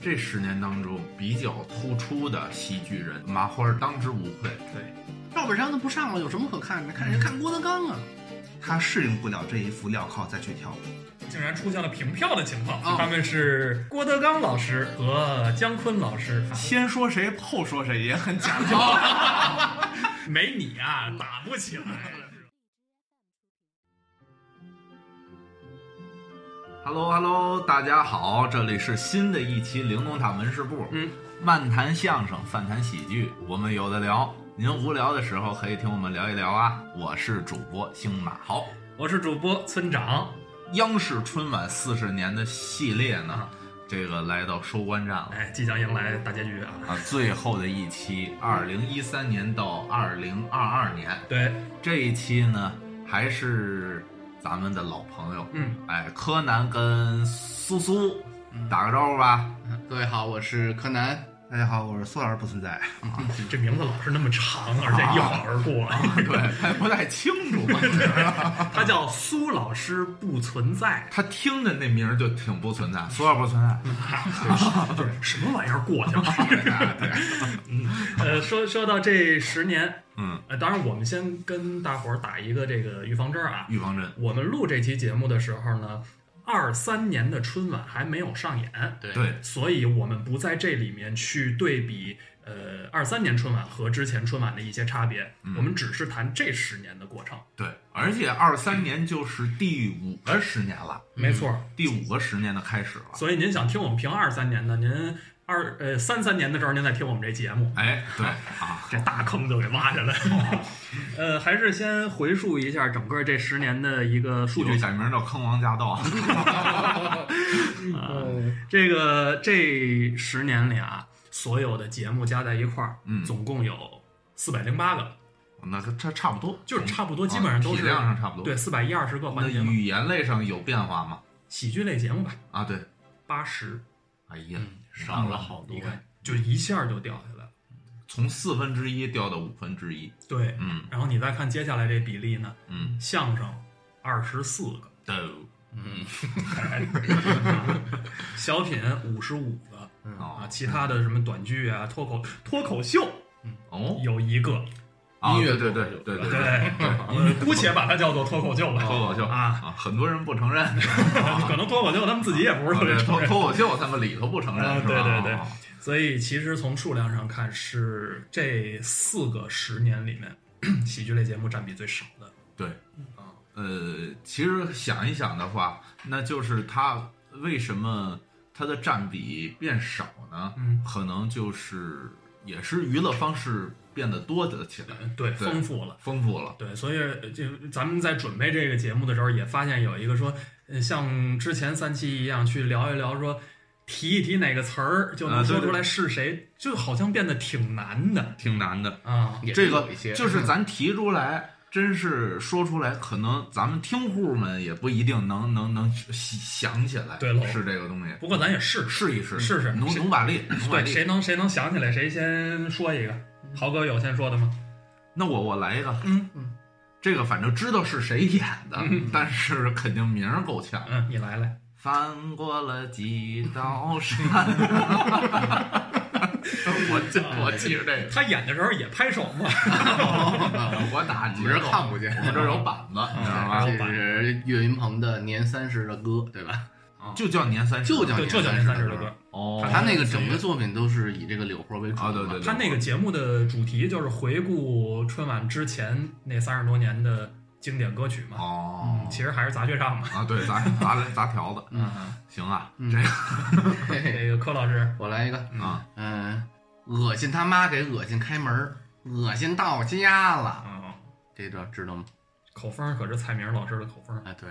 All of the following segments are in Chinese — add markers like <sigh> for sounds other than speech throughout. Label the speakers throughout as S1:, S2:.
S1: 这十年当中比较突出的喜剧人，麻花儿当之无愧。
S2: 赵本山都不上了，有什么可看的？看人看郭德纲啊，
S3: 他适应不了这一副镣铐再去跳舞。
S4: 竟然出现了平票的情况。
S2: 哦
S4: 他们是郭德纲老师和姜昆老师， <laughs>
S5: 先说谁后说谁也
S3: <laughs>
S5: 很讲究。
S4: 没你啊，打不起来。
S1: Hello Hello，大家好，这里是新的一期玲珑塔门市部，
S4: 嗯，
S1: 漫谈相声，泛谈喜剧，我们有的聊。您无聊的时候可以听我们聊一聊啊。我是主播星马豪。
S4: 我是主播村长，
S1: 央视春晚四十年的系列呢，
S3: 嗯
S1: 这个来到收官战了。
S4: 哎，即将迎来大结局啊。
S1: 啊，最后的一期，二零一三年到二零二二年
S4: 对，
S1: 这一期呢，还是咱们的老朋友，
S4: 嗯，
S1: 哎，柯南跟苏苏打个招呼吧。
S2: 各位好，我是柯南。
S3: 大家好，我是苏老师不存在。
S4: 这名字老是那么长，而且一晃而过。
S1: <laughs> 对，还不太清楚 <laughs> 嘛，对吧
S4: <laughs> 他叫苏老师不存
S1: <laughs>
S4: 在，
S1: 他听着那名儿就挺不存在，苏二不存在。啊
S4: 就是什么玩意儿过去了。
S1: <laughs>
S4: 嗯，呃，说说到这十年，
S1: 嗯，
S4: 呃，当然我们先跟大伙儿打一个这个预防针儿啊，
S1: 预防针，
S4: 我们录这期节目的时候呢，二三年的春晚还没有上演，
S2: 对
S1: 对，
S4: 所以我们不在这里面去对比呃二三年春晚和之前春晚的一些差别，我们只是谈这十年的过程。
S1: 对，而且二三年就是第五个十年了，
S4: 没错，
S1: 第五个十年的开始了。
S4: 所以您想听我们评二三年的，您二呃三三年的时候您再听我们这节目。
S1: 哎，对啊，
S4: 这大坑就给挖下来了， <laughs> 呃，还是先回溯一下整个这十年的一个数据
S1: 有改名叫坑王驾到。
S4: 啊，这个这十年里啊，所有的节目加在一块儿，
S1: 嗯
S4: 总共有四百零八个，
S1: 那个这差不多，嗯啊
S4: 就是差不多，基本上都
S1: 体
S4: 是
S1: 量上差不多。
S4: 对，四百一二十个
S1: 那
S4: 环节嘛。
S1: 语言类上有变化吗？
S4: 喜剧类节目吧，
S1: 啊，对，
S4: 八十，
S1: 哎呀，
S4: 嗯
S2: 嗯上了好多
S4: 你看就一下就掉下来了。
S1: 从四分之一掉到五分之一，
S4: 对，
S1: 嗯
S4: 然后你再看接下来这比例呢，
S1: 嗯，
S4: 相声二十四
S1: <laughs>
S4: 个，
S1: 都
S2: 嗯
S4: 小品五十五个啊，
S1: 哦
S4: 其他的什么短剧啊、脱口脱口秀
S1: 哦，
S4: 有一个，
S1: 啊
S2: 音乐
S1: 对对
S2: 脱口秀
S1: 对对
S4: 对，
S1: 对， <laughs>
S4: 呃姑且把它叫做脱口秀吧，
S1: 脱口秀
S4: 啊，
S1: 啊，很多人不承认，啊
S4: <laughs> 可能脱口秀他们自己也不是特别
S1: 对
S4: 承
S1: 脱
S4: 认。
S1: 脱口秀他们里头不承认
S4: 啊，
S1: 是吧
S4: 对对对
S1: 哦
S4: 所以其实从数量上看，是这四个十年里面 <clears throat> 喜剧类节目占比最少的。
S1: 对，呃，其实想一想的话，那就是它为什么它的占比变少呢？
S4: 嗯，
S1: 可能就是也是娱乐方式变得多的起来，
S4: 对，
S1: 对
S4: 丰富了。
S1: 丰富了。
S4: 对，所以呃就咱们在准备这个节目的时候，也发现有一个说，呃像之前三期一样去聊一聊说。提一提哪个词儿就能
S1: 啊对
S4: 说
S1: 对
S4: 出来是谁，就好像变得挺难的
S1: 挺难的，
S4: 啊。
S2: 也
S1: 这
S2: 是
S1: 个
S2: 有一些，
S1: 就是咱提出来，真是说出来，可能咱们听户们也不一定能能能想起来，
S4: 对喽
S1: 是这个东西，
S4: 不过咱也试试，
S1: 试一试，
S4: 试试
S1: 努努把力，努把
S4: 对，
S1: 力。
S4: 谁能谁能想起来谁先说一个。
S1: 嗯
S4: 豪哥有先说的吗？
S1: 那我我来一个，
S4: 嗯
S1: 这个反正知道是谁演的，但是肯定名儿够呛。
S4: 嗯，你来来，
S1: 翻过了几道山， <laughs> 我记我记着这个，
S4: 他演的时候也拍手
S1: <laughs>
S4: 嘛。
S2: <laughs>
S1: 我
S4: 嗯
S1: 打
S2: 我
S1: 节
S2: 们这
S1: 奏
S2: 看不见
S1: 我们这儿有板子，你知道吗？
S2: 这是岳云鹏的《年三十的歌》，对吧？
S1: 就叫年三十，
S2: 就叫
S4: 对，嗯这叫
S2: 年
S4: 年三十
S2: 十
S4: 的歌。
S1: 哦，
S2: 他那个整个作品都是以这个柳活为主
S1: 啊对
S2: 嘛
S1: 对对
S4: 他那个节目的主题就是回顾春晚之前那三十多年的经典歌曲嘛，
S1: 哦，
S4: 其实还是杂学唱嘛。
S1: 啊，对，砸砸砸条子，
S2: 嗯，
S4: <laughs>
S1: 行啊，
S2: 嗯
S1: 这个
S2: 嘿嘿
S4: 这个柯老师，
S2: <laughs> 我来一个，
S1: 啊，
S2: 嗯，恶心他妈给恶心开门儿，恶心到家了，
S4: 嗯，
S2: 这段知道吗？
S4: 口风可是蔡明老师的口风，
S2: 啊，对，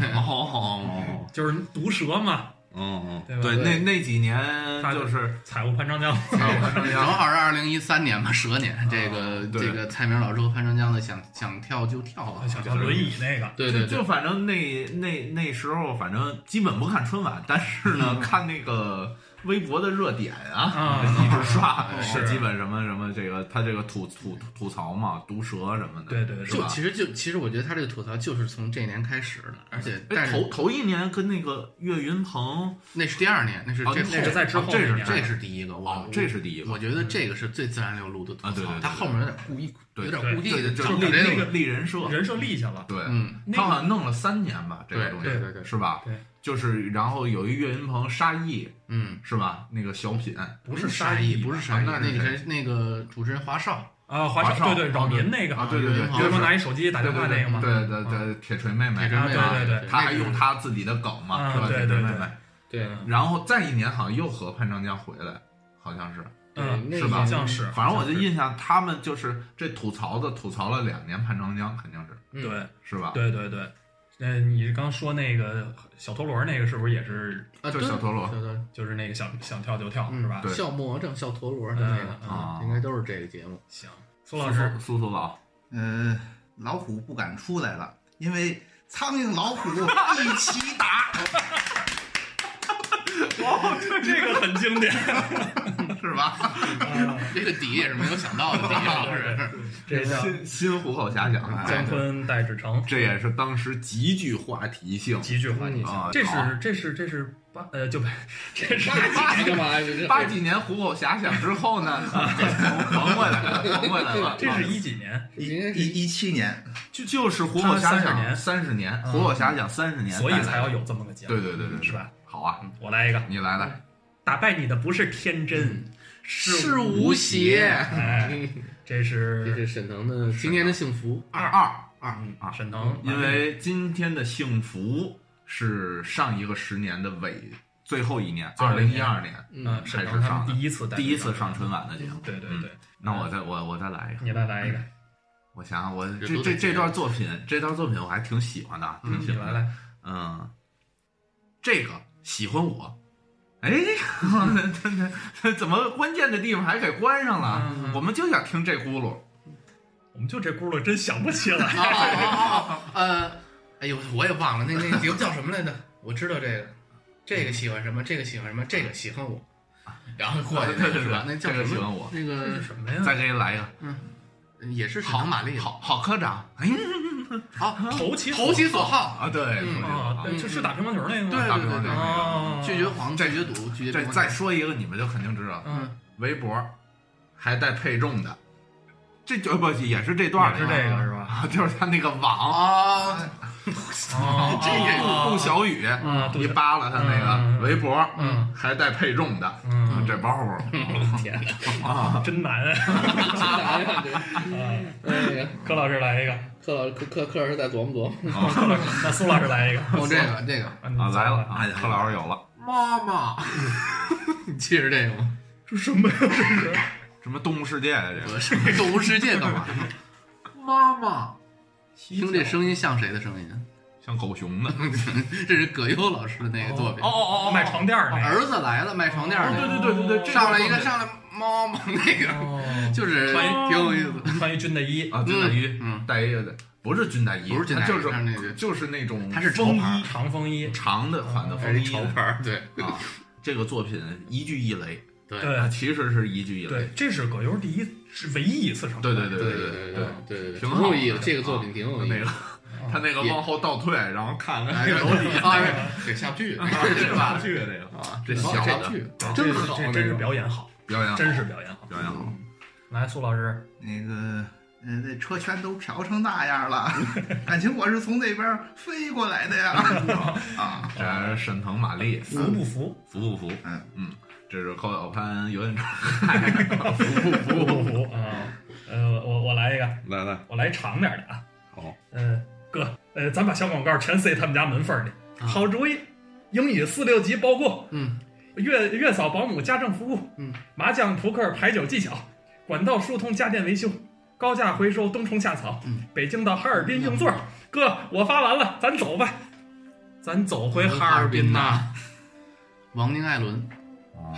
S4: 嗯
S1: 哦
S4: 就是毒舌嘛，
S1: 哦哦，
S4: 对吧
S1: 对，
S2: 对
S1: 那那几年就是
S4: 彩虹潘长江。
S2: 正 <laughs> 好啊是二零一三年嘛，蛇年，这个
S1: 对
S2: 这个蔡明老师和潘长江的想想跳就跳
S1: 哦
S4: <laughs>
S2: 吧，
S4: 想到轮椅
S1: <laughs>
S4: 那个，
S2: 对
S1: 就
S2: 对对
S1: 就反 <laughs>
S2: 嗯
S1: 正那那那时候，反正基本不看春晚，但是呢，看那个微博的热点啊，
S4: 啊
S1: 一直刷，哦
S4: 是
S1: 基本什么什么这个他这个吐吐吐槽嘛，毒舌什么的，
S4: 对对对
S1: 是
S2: 就
S1: 吧？
S2: 其实就其实我觉得他这个吐槽就是从这一年开始的，而且但
S1: 哎，头
S2: 是
S1: 头一年跟那个岳云鹏，
S2: 那是第二年，那是
S1: 啊
S2: 这
S1: 那
S4: 是在之后
S1: 这
S4: <laughs> 那
S1: 是
S4: 年
S2: 这是第一个，我
S1: 哦，这是第一
S2: 我
S1: 个，
S2: 觉得这个是最自然流露的吐
S1: 啊对对
S2: 槽，
S1: 对
S2: 他后面有点故意，
S1: 对
S2: 有点故意的
S1: 这
S2: 整
S1: 立
S2: 这
S1: 立
S2: 个，
S1: 立人设，
S4: 人设立下了，
S1: 对，
S2: 嗯，
S4: 那
S1: 他
S4: 个
S1: 好像弄了三年吧，这个东西
S4: 对
S2: 对对
S1: 是吧？
S4: 对，
S1: 就是然后有一岳云鹏沙溢
S2: 嗯，
S1: 是吧？那个小品
S4: 不是
S2: 沙
S4: 溢，
S2: 不是
S1: 啊
S2: 沙溢，
S1: 那是
S2: 那个
S1: 谁
S2: 谁，那个主持人华少，
S4: 啊，华
S1: 华少
S4: 对对，
S1: 啊
S4: 扰
S1: 对
S4: 民那个
S1: 啊，对对
S2: 岳
S1: 对
S2: 云，鹏
S1: 就
S4: 就是是拿一手机打
S1: 对
S4: 电话
S1: 对
S4: 那个嘛，
S1: 对对
S4: 嗯
S1: 对，铁锤妹妹
S2: 铁，锤妹妹，
S4: 啊对对对
S1: 他还
S2: 那个
S1: 用他自己的梗嘛，
S4: 啊
S1: 是吧？
S4: 对
S1: 铁
S4: 对
S1: 锤妹
S4: 对嗯
S1: 妹，
S2: 对
S1: 然后再一年好像又和潘长江回来，好像是，
S4: 嗯，
S2: 对
S1: 是吧
S4: 好像是，
S1: 反正我就
S4: 一
S1: 印象他们就是这吐槽的吐槽了两年潘长江，肯定是
S2: 嗯
S4: 对
S1: 是吧？
S4: 对对对，呃，你刚说那个小陀螺那个是不是也是
S2: 啊，
S1: 就
S2: 对
S1: 是小陀螺
S2: 小螺
S4: 呃就是那个想想跳就跳
S2: 嗯
S4: 是吧？
S1: 对
S2: 笑魔怔、笑陀螺的那个
S4: 嗯
S1: 啊
S2: 应该都是这个节目。
S4: 行，苏老师，
S1: 苏苏老，
S3: 呃，老虎不敢出来了，因为苍蝇老虎一起打。
S4: 哦，这个很经典，
S3: 是吧？
S2: <laughs> 这个底也是没有想到的底， <laughs> 啊是
S4: 啊这叫
S1: 新新虎口遐想，哎
S4: 姜昆戴志诚，
S1: 这也是当时极具话题性。
S4: 极具话题
S1: 嗯啊
S4: 性，这
S1: 好
S4: 是这是这是八呃，就不这是
S2: 八几干嘛？哎这
S1: <laughs> 八几年虎口遐想之后呢，给缝缝回来了，缝回来了。啊
S4: 这是一几年，
S3: 一
S2: 应该是
S3: 一一七年，
S1: 就就是虎口遐想三十年，
S4: 嗯
S1: 虎口遐想三十年，
S4: 所以才要有这么个节目，
S1: 对对对对，
S4: 是吧？
S1: 好啊，
S4: 嗯，我来一个，
S1: 你来来，
S4: 打败你的不是天真，
S2: 是
S4: 无
S2: 无 <laughs> 邪，
S4: 哎，这
S2: 嗯这
S4: 是
S2: 是沈腾的《今天的幸福》
S1: 二二，
S4: 嗯
S1: 啊
S4: 沈腾，
S1: 因为今天的幸福是上一个十年的尾最后一年，二零一二年，
S4: 嗯，沈
S1: 还
S4: 腾
S1: 是
S4: 他
S1: 上
S4: 们
S1: 的
S4: 第一次带
S1: 第一次上春晚的节目。
S4: 对对对，
S1: 那我再我我再来一个，
S4: 你再来一个，
S1: 我想想，我
S2: 这
S1: 这这
S2: 都得
S1: 这
S2: 接
S1: 段作品，这段作品我还挺喜欢的啊，挺
S4: 嗯
S1: 喜
S4: 你
S1: 欢
S4: 来
S1: 的。
S4: 来，
S1: 嗯，这个喜欢我。哎，他他他 <laughs> 怎么关键的地方还给关上了？
S4: 嗯嗯
S1: 我们就想听这轱辘。
S4: 我们就这轱辘真想不起来，
S2: 啊啊啊啊！ <laughs> 呃，哎呦，我也忘了那那节目叫什么来着？我知道这个，这个喜欢什么？这个喜欢什么？这个喜欢我。啊然后过去
S1: <laughs>
S2: 那个是吧？那叫
S1: 这个
S2: 什
S1: 喜
S2: 么？
S1: 欢我。
S2: 那
S4: <laughs> 这
S2: 个
S4: 是什么呀？
S1: 再给你来一个，
S2: 嗯也是沈腾、马丽。
S1: 好好科长。哎
S2: 好，
S4: 投其
S2: 投其所好，
S1: 啊，对，
S2: 嗯
S4: 啊，
S1: 我
S4: 对，
S2: 嗯
S4: 就是打乒乓球那个吗？
S2: 对
S1: 这个
S2: 对
S1: 大哥那
S2: 对
S1: 个。
S4: 哦，
S2: 拒绝黄，拒绝赌，拒绝
S1: 这
S2: 别
S1: 再说一个，你们就肯定知道了，
S4: 嗯，
S1: 围脖还带配重的，这就不也是这段
S4: 也
S1: 儿
S4: 是
S1: 里
S4: 这
S1: 面
S4: 个是吧？
S1: 啊，就是他那个 <laughs> 网
S2: 啊，
S1: <laughs>
S4: 哦，
S2: 这也
S1: 杜杜小雨
S2: 哦
S4: 嗯杜
S1: 一
S4: 小
S1: 扒拉他那
S4: 嗯嗯嗯
S1: 个围脖，
S4: 嗯，
S1: 还带配重的，
S4: 嗯
S1: 啊这包袱
S4: 天哪，
S1: 啊，
S4: 真难啊！
S2: <laughs> 哎呀，
S4: 柯老师来一个，
S2: 柯老师柯柯柯老师在琢磨琢磨。
S4: 柯老师，那苏老师来一个，
S2: 哦，这个这个，
S4: 啊，你
S1: 啊
S4: 再
S1: 来了
S4: 啊
S1: 啊，柯老师有了，
S2: 妈妈， <laughs> 你记着这个吗？
S4: 这什么呀？这是
S1: 什么动物世界呀这个
S2: 我是动物世界干嘛？妈妈， <laughs> 听这声音像谁的声音？ <laughs>
S1: 像狗熊的，
S2: 这是葛优老师的那个作品。
S1: 哦
S4: 卖床垫儿那个，
S2: 儿子来了，卖床垫儿那个。
S1: 对对对对对，
S2: 上来一个，上来妈妈那个，
S4: 哦
S2: <laughs> 就是
S4: 穿一
S2: 挺有意思的。
S4: 穿一军的衣，
S1: 啊，军大衣
S2: 嗯，
S1: 带一个不是军大衣，啊
S2: 不是军大衣
S1: 它就
S2: 它是那
S1: 是
S2: 个
S1: 就是那种
S2: 它是潮
S1: 风
S2: 牌
S1: 衣
S4: 长风衣，
S1: 长的款的
S2: 还
S1: 风
S2: 是
S1: 衣
S2: 潮牌儿，对
S1: 啊，这个作品一句一雷，
S2: 对
S4: 对
S1: 啊，其实是一句一雷
S4: 对，，这是葛优第一是唯一一次上
S1: 对
S4: 春
S1: 对
S4: 晚，
S1: 对
S2: 对
S1: 对
S2: 对
S1: 对。
S2: 对对，
S1: 挺
S2: 挺
S1: 好
S2: 有意思。这个作品挺有意
S1: 那
S2: 思
S1: 个， <laughs> 他那个往后倒退，然后看看
S2: 哎
S1: 这
S2: 对
S1: 楼底下
S2: 啊，对对，下不去
S4: 啊
S1: 是
S2: <laughs> 是吧？
S1: 吧？这个
S2: 啊，
S1: 这小
S2: 下
S1: 的
S2: 不去，
S4: 对
S2: 真
S4: 这
S2: 好，
S4: 这
S2: 那
S4: 真
S2: 啊
S4: 是
S2: 个啊
S4: 表演好，
S1: 表演好
S4: 真是表演好。
S1: 表演好，
S4: 来，苏老师，
S3: 那个。呃，那车圈都瓢成那样
S5: <laughs>
S3: 了，感情我是从那边飞过来的
S5: <laughs>
S3: 呀！啊，
S1: 这还是沈腾、马丽，
S2: 嗯
S4: 服不服？
S1: 服不服？
S3: 嗯
S1: 嗯，这是高晓攀有点长，
S4: 服
S2: 嗯
S4: 不服？服啊！呃，我我来一个，
S1: 来来，
S4: 我来长点儿的啊。
S1: 好，
S4: 嗯、哥，呃，咱把小广告全塞他们家门缝儿里。
S2: 啊
S4: 好主意，英语四六级包过，
S2: 嗯，
S4: 月月嫂保姆家政服务，
S2: 嗯，
S4: 麻将扑克牌九技巧，管道疏通家电维修，高价回收冬虫夏草，
S2: 嗯，
S4: 北京到哈尔滨硬座儿。哥，我发完了，咱走吧，咱走回哈尔滨呐。
S2: 呐，王宁、艾伦，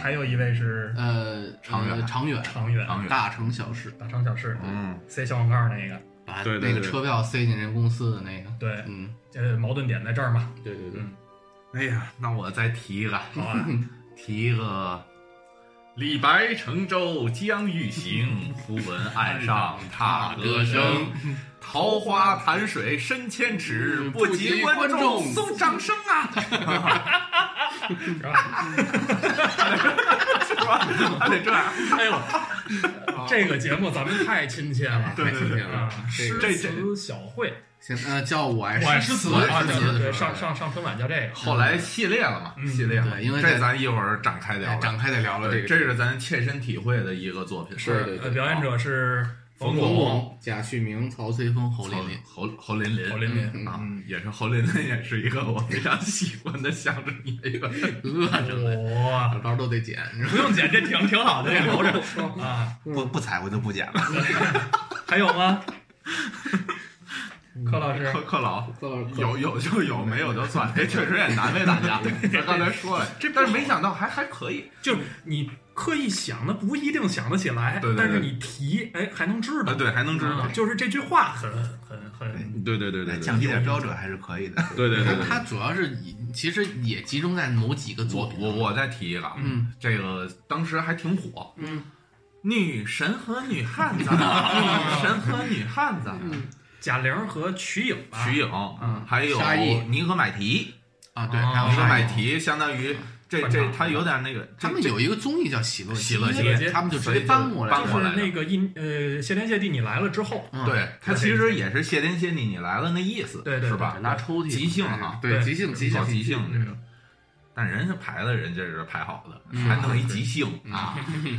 S4: 还有一位是
S2: 呃，
S1: 长远
S2: 呃长远，
S4: 长远，
S1: 长远
S2: 大城小事，
S4: 大长小事，
S1: 嗯，
S4: 塞小广告那个，
S2: 把
S1: 对
S2: 那
S1: 对
S2: 个
S1: 对
S2: 车票塞进人公司的那个，
S4: 对，
S2: 嗯，
S4: 呃，矛盾点在这儿嘛。
S2: 对对对，
S1: 哎呀，那我再提一个，
S4: <laughs> 好吧，
S1: 提一个李白乘舟将欲行，忽闻岸上踏歌声。桃花潭水深千
S2: 嗯
S1: 尺，不及观众送掌声啊！还得这样，
S4: 哎呦， <laughs> 这个节目咱们太亲切
S2: 哎
S4: 了，
S6: 太亲切了
S2: 嗯
S4: 啊，
S6: 这
S4: 诗
S6: 个
S4: 词小会，
S2: 行，呃，叫我爱
S4: 我爱
S2: 诗
S4: 诗词
S2: 我
S4: 啊，
S2: 爱
S4: 对
S2: 诗词
S4: 对对，上上上春晚叫这个，
S1: 后来系列了嘛，
S4: 嗯
S1: 系列了
S2: 对因为
S1: 这
S2: 这
S1: 咱一会儿展开聊
S2: 哎
S1: 了。
S2: 展开再聊了这
S1: 对，
S2: 个。
S1: 这是咱切身体会的一个作品。
S6: 是对
S4: 呃，表演者是冯
S1: 冯
S4: 巩、
S1: 巩、
S2: 贾旭明、曹翠峰、侯琳琳，
S1: 侯侯林林，
S4: 侯琳琳
S2: 嗯
S1: 啊，也是侯琳琳，也是一个我非常喜欢的相声演员。
S2: <laughs> 饿着了，
S4: 哇，
S2: 小刀都得剪，你知道吗
S4: 不用剪，这挺挺好的，这留着啊。
S2: 嗯
S5: 不不踩我就不剪了。
S4: 还有吗？柯老师，
S1: 克 <laughs> 克劳
S2: 柯老师柯老
S1: 有有就有，没有就算，这确实也难为大家。咱刚才说了，这但是没想到还还可以，
S4: 就是你刻意想的不一定想得起来，
S1: 对对对
S4: 但是你提，哎，还能知道。
S1: 啊，对，还能知道
S4: 啊，，就是这句话很很很
S1: 对对对对，对
S5: 降低点标准还是可以的。
S1: 对对对对，
S2: 他主要是以其实也集中在某几个
S1: 我
S2: 作品。
S1: 我我再提一个，啊
S2: 嗯，
S1: 这个当时还挺火，
S2: 嗯，
S1: 女神和女汉子，女神和女汉子，
S4: 贾玲和瞿颖吧，
S1: 瞿颖
S4: 嗯，
S1: 还有
S2: 沙溢
S1: 尼可买提，
S2: 啊，对，
S4: 哦
S2: 还有
S1: 尼可
S2: 沙
S1: 买
S2: 溢
S1: 提相当于这
S4: 换
S1: 这
S4: 场，
S1: 他有点那个，
S2: 他们
S1: 这
S2: 有一个综艺叫《喜乐
S1: 喜乐
S4: 街
S2: 他们就直
S1: 所以
S2: 接
S1: 就
S2: 搬过来
S1: 搬
S2: 了
S1: 过。
S4: 就是那个一呃谢天谢地你来了之后，
S2: 嗯，
S1: 对他
S4: 对
S1: 其实也是谢天谢地你来了那意思，
S4: 对对
S1: 是
S4: 对
S1: 吧？
S2: 拉抽屉
S1: 即兴啊
S2: 对，
S4: 对
S2: 即兴即
S1: 搞
S2: 兴
S1: 即兴这个
S4: 嗯。
S1: 但人家排的人这是排好的，
S2: 嗯
S1: 还弄一即兴
S2: <laughs>
S1: 啊，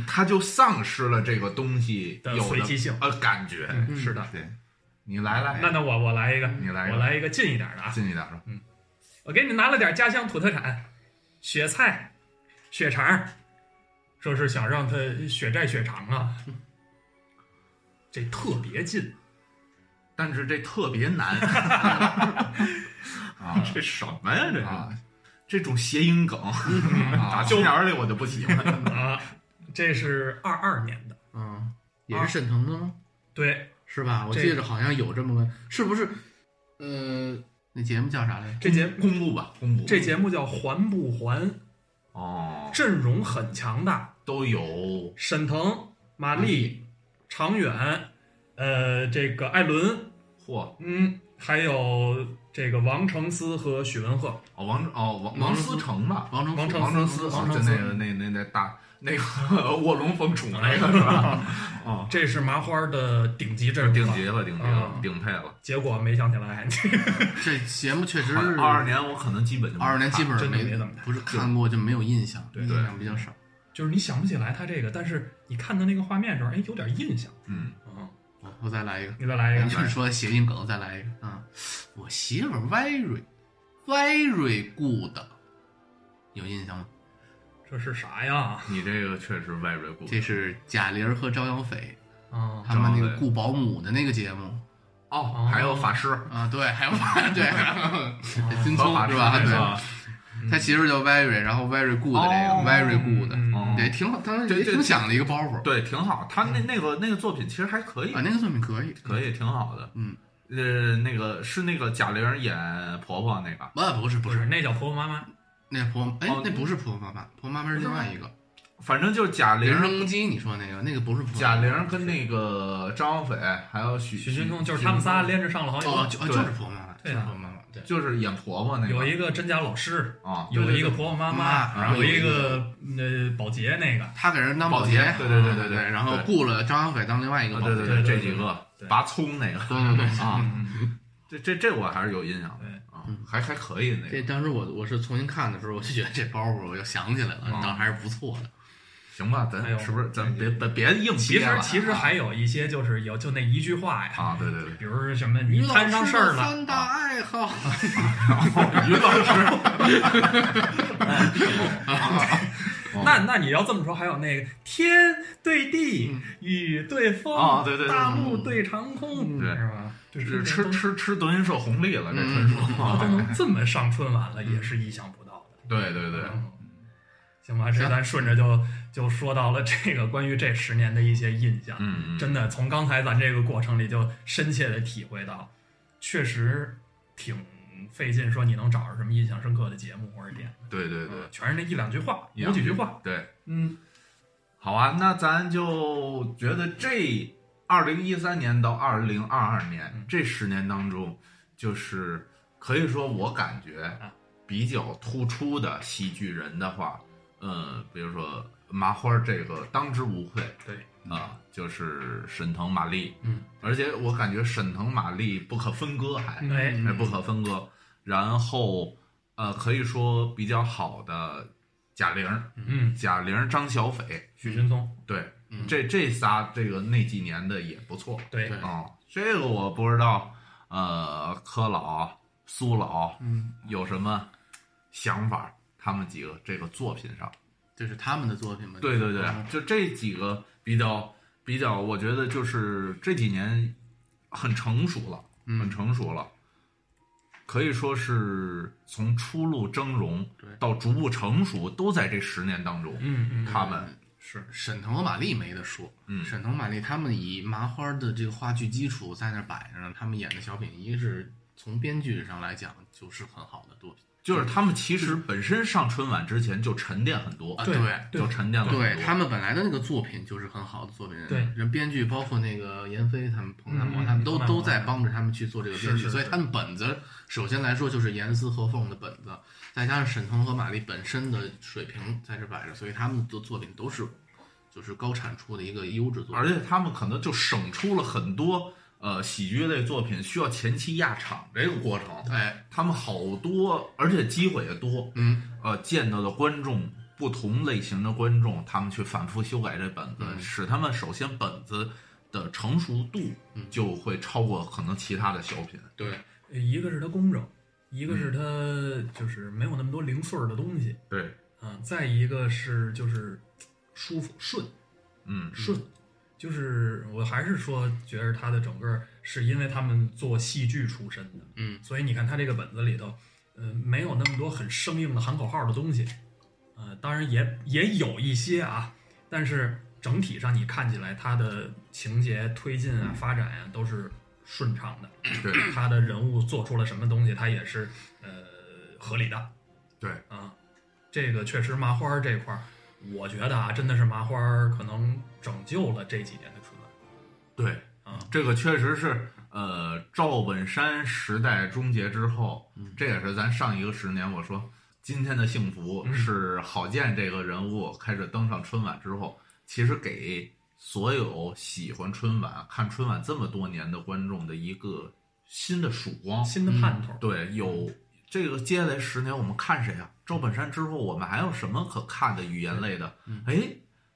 S1: 他就丧失了这个东西
S4: 的
S1: 有
S4: 随机性
S1: 呃感觉。
S4: 嗯是的。
S5: <laughs> 对，
S1: 你来来，
S4: 那那我我来一个，
S1: 你嗯来一个
S4: 我来一个近一点的啊，
S1: 进去点说，
S4: 我给你拿了点家乡土特产，雪菜、血肠，说是想让他血债血偿啊。这特别近，
S1: 但是这特别
S4: <laughs>
S1: 难啊，这什么呀？这
S2: 啊
S1: 是这种谐音梗，
S4: 嗯
S1: <laughs> 打心眼儿里我就不喜欢。
S4: 啊，这是二二年的，
S2: 嗯，也是沈腾的吗？
S4: 对，
S2: 是吧？我
S4: 这
S2: 记着好像有这么个，是不是？呃，那节目叫啥来着？
S4: <laughs> 这节
S1: 公布吧，公布
S4: 这节目叫《还不还》，
S1: 哦，
S4: 阵容很强大，
S1: 都有
S4: 沈腾、马丽、常远，呃，这个艾伦，
S1: 嚯，
S4: 嗯，还有这个王承思和许文赫，
S1: 哦王哦王
S2: 王
S1: 王
S2: 思
S1: 思成吧，
S2: 王成
S4: 王成
S1: 王成思，哦
S4: 王成
S1: 就
S4: 思
S1: 那个那那那大那个 <laughs> 卧龙凤雏
S4: 哎
S1: 那个是吧？
S4: <laughs>
S1: 哦，
S4: 这是麻花的顶级阵容，
S1: 顶级。了，顶级了
S4: 啊，
S1: 顶配了。
S4: 结果没想起来， <laughs>
S2: 这节目确实
S1: 二二年我可能基本就没
S2: 二二年基本上
S4: 真的没
S2: 没
S4: 怎么看
S2: 不是看过就没有印象，
S4: 对
S2: 印
S1: 对
S2: 象比较少。
S4: 就是你想不起来他这个，但是你看他那个画面的时候，哎，有点印象。
S1: 嗯，
S4: 嗯，
S2: 我我再来一个，
S4: 你再来一
S2: 你
S4: 个，哎
S2: 就是说谐音梗，再来一个啊！我媳妇儿 very very good，有印象吗？
S4: 这是啥呀？
S1: 你这个确实外锐过，
S2: 这是贾玲儿和张小斐
S4: 啊，
S2: 他们
S1: 张
S2: 那
S1: 小
S2: 个
S1: 斐
S2: 雇保姆的那个节目
S1: 哦，还有法师
S2: 啊，对，还有 <laughs>
S1: 嗯
S4: 嗯
S2: 对，金
S1: 和
S2: 聪
S1: 法师
S2: 是吧？
S1: 是
S2: 对，
S1: 吧？
S2: 他媳妇儿叫 very，然后 very good 这
S1: 哦
S2: 个 very
S4: 嗯
S2: good，
S1: 哦
S2: 对，挺好，当时
S1: 对
S2: 也
S1: 对
S2: 挺响的一个包袱
S1: 对，挺好。他那那个那个作品其实还可以
S2: 啊，，那个作品可以，
S1: 可以挺好的。
S2: 嗯，
S1: 呃，那个是那个贾玲演婆婆那个，
S2: 啊，不是不
S4: 不
S2: 是
S4: 是，，那叫婆婆妈妈。
S2: 那婆哎
S1: 哦，
S2: 那不是婆婆妈妈，婆婆妈妈是另外一个
S1: 反正就是贾
S2: 人身
S1: 玲。
S2: 攻击，你说那个那个不是婆婆妈
S1: 贾
S2: 妈
S1: 玲跟那个张小斐还有许
S4: 许勋通就是他们仨连着上了好几
S2: 哦，
S4: 个，
S2: 就哦
S1: 对
S2: 就是婆婆妈妈，就
S4: 对
S2: 是
S4: 啊
S2: 婆婆妈妈，对，
S1: 就是演婆婆那个，
S4: 有一个真假老师，
S1: 啊，
S4: 有一个婆婆妈
S2: 妈然
S4: 妈，
S2: 后
S4: 有一
S2: 有一
S4: 个呃保洁那个，
S2: 她给人当
S1: 保
S2: 保
S1: 洁
S2: 洁，
S1: 对对对对
S2: 对
S1: 对
S2: 然后
S1: 对
S2: 雇了张小斐当另外一个
S1: 啊
S2: 保
S1: 对
S2: 洁，
S1: 对
S4: 对对
S1: 这
S4: 对
S1: 几个
S4: 对
S1: 拔葱那个，
S2: 对对对
S4: <laughs>
S1: 啊，
S4: 嗯，
S1: 这这这我还是有印象的
S4: 对，
S1: 啊，还还可以那
S2: 这
S1: 个。
S2: 当时我我是重新看的时候，我就觉得这包袱我就想起来了，
S1: 嗯
S2: 倒还是不错的。
S1: 行吧，
S4: 哎呦
S1: 咱是不是咱别别别硬
S4: 其
S1: 憋
S4: 实
S1: 嗯了
S4: 其实还有一些就是有就那一句话呀，
S1: 啊，对对对，
S4: 比如说什么你摊上事儿了，
S2: 三大爱好，
S1: 于老师，哦
S4: 那那你要这么说，还有那个天对地，雨对风，
S1: 嗯啊对对对嗯
S4: 大陆对长空，
S1: 对
S4: 是吧？就是这
S1: 吃
S4: 都
S1: 吃吃德云社红利了，这
S2: 嗯
S1: 纯属
S4: 啊
S1: 啊 <laughs>
S4: 都能这么上春晚了，也是意想不到的。
S1: 对嗯对对，
S4: 嗯行吧，这咱顺着就就说到了这个关于这十年的一些印象，
S1: 嗯嗯，
S4: 真的从刚才咱这个过程里就深切的体会到，确实挺费劲说你能找着什么印象深刻的节目或者点子，
S1: 对对对
S4: 嗯全是那一两句话，
S1: 一
S4: 有
S1: 两
S4: 几句话，
S1: 对，
S4: 嗯，
S1: 好啊，那咱就觉得这二零一三年到二零二二年
S4: 嗯
S1: 这十年当中，就是可以说我感觉
S4: 啊
S1: 比较突出的喜剧人的话，嗯，比如说麻花儿这个当之无愧，
S4: 对
S1: 啊、
S5: 嗯
S1: 就是沈腾、马丽，
S4: 嗯，
S1: 而且我感觉沈腾、马丽不可分割还，
S2: 嗯
S4: 哎，
S1: 还不可分割。然后，呃，可以说比较好的贾玲儿，
S4: 嗯，
S1: 贾玲儿、张小斐，
S4: 许君松，
S1: 对，
S2: 嗯
S1: 这这仨这个那几年的也不错
S4: 对
S2: 对
S1: 啊、这个我不知道，呃，柯老、苏老
S2: 嗯，
S1: 有什么想法？他们几个这个作品上，
S2: 这是他们的作品吗？
S1: 对对对
S2: 嗯，
S1: 就这几个比较比较，我觉得就是这几年很成熟了，很
S2: 嗯，
S1: 成熟了，可以说是从初露峥嵘
S2: 对
S1: 到逐步成熟，都在这十年当中。
S4: 嗯嗯，
S1: 他们
S4: 是
S2: 沈腾和马丽没得说，
S1: 嗯
S2: 沈腾、马丽他们以麻花的这个话剧基础在那儿摆着呢，他们演的小品，一个是从编剧上来讲就是很好的作品
S1: 就是他们其实本身上春晚之前就沉淀很多，
S2: 啊，
S4: 对
S1: 就沉淀了很多。
S2: 对他们本来的那个作品就是很好的作品，
S4: 对
S2: 人编剧包括那个闫飞他们、彭大
S4: 嗯
S2: 魔
S4: 嗯
S2: 他们
S4: 彭
S2: 都
S4: 大
S2: 都
S4: 魔
S2: 在帮着他们去做这个编
S4: 是
S2: 剧，
S4: 是
S2: 所以
S4: 是
S2: 他们本子首先来说就是严丝合缝的本子，再加上沈腾和马丽本身的水平在这摆着，所以他们的作品都是就是高产出的一个优质作
S1: 而
S2: 品。
S1: 且他们可能就省出了很多呃喜剧类作品需要前期压场这个过程，
S2: 哎，
S1: 他们好多，而且机会也多，
S2: 嗯，
S1: 呃，见到的观众不同类型的观众，他们去反复修改这本子，
S2: 嗯
S1: 使他们首先本子的成熟度
S2: 嗯
S1: 就会超过可能其他的小品。
S2: 对，
S4: 呃一个是他工整，一个是他就是没有那么多零碎儿的东西，
S1: 对，
S4: 嗯，再一个是就是舒服顺
S1: 嗯，
S4: 顺，就是我还是说觉得他的整个是因为他们做戏剧出身的，
S2: 嗯，
S4: 所以你看他这个本子里头，嗯、没有那么多很生硬的喊口号的东西，呃，当然也也有一些啊，但是整体上你看起来他的情节推进啊、发展啊都是顺畅的，
S1: 对
S4: 他的人物做出了什么东西，他也是呃合理的。
S1: 对
S4: 啊，这个确实麻花儿这块儿，我觉得啊，真的是麻花儿可能拯救了这几年的春晚
S1: 对，
S4: 啊。
S1: 这个确实是，呃，赵本山时代终结之后，这也是咱上一个十年我说今天的幸福
S4: 嗯
S1: 是郝建这个人物开始登上春晚之后，其实给所有喜欢春晚、看春晚这么多年的观众的一个新的曙光。
S4: 新的盼头儿，
S1: 对，有这个接下来十年我们看谁啊？赵本山之后，我们还有什么可看的语言类的？哎，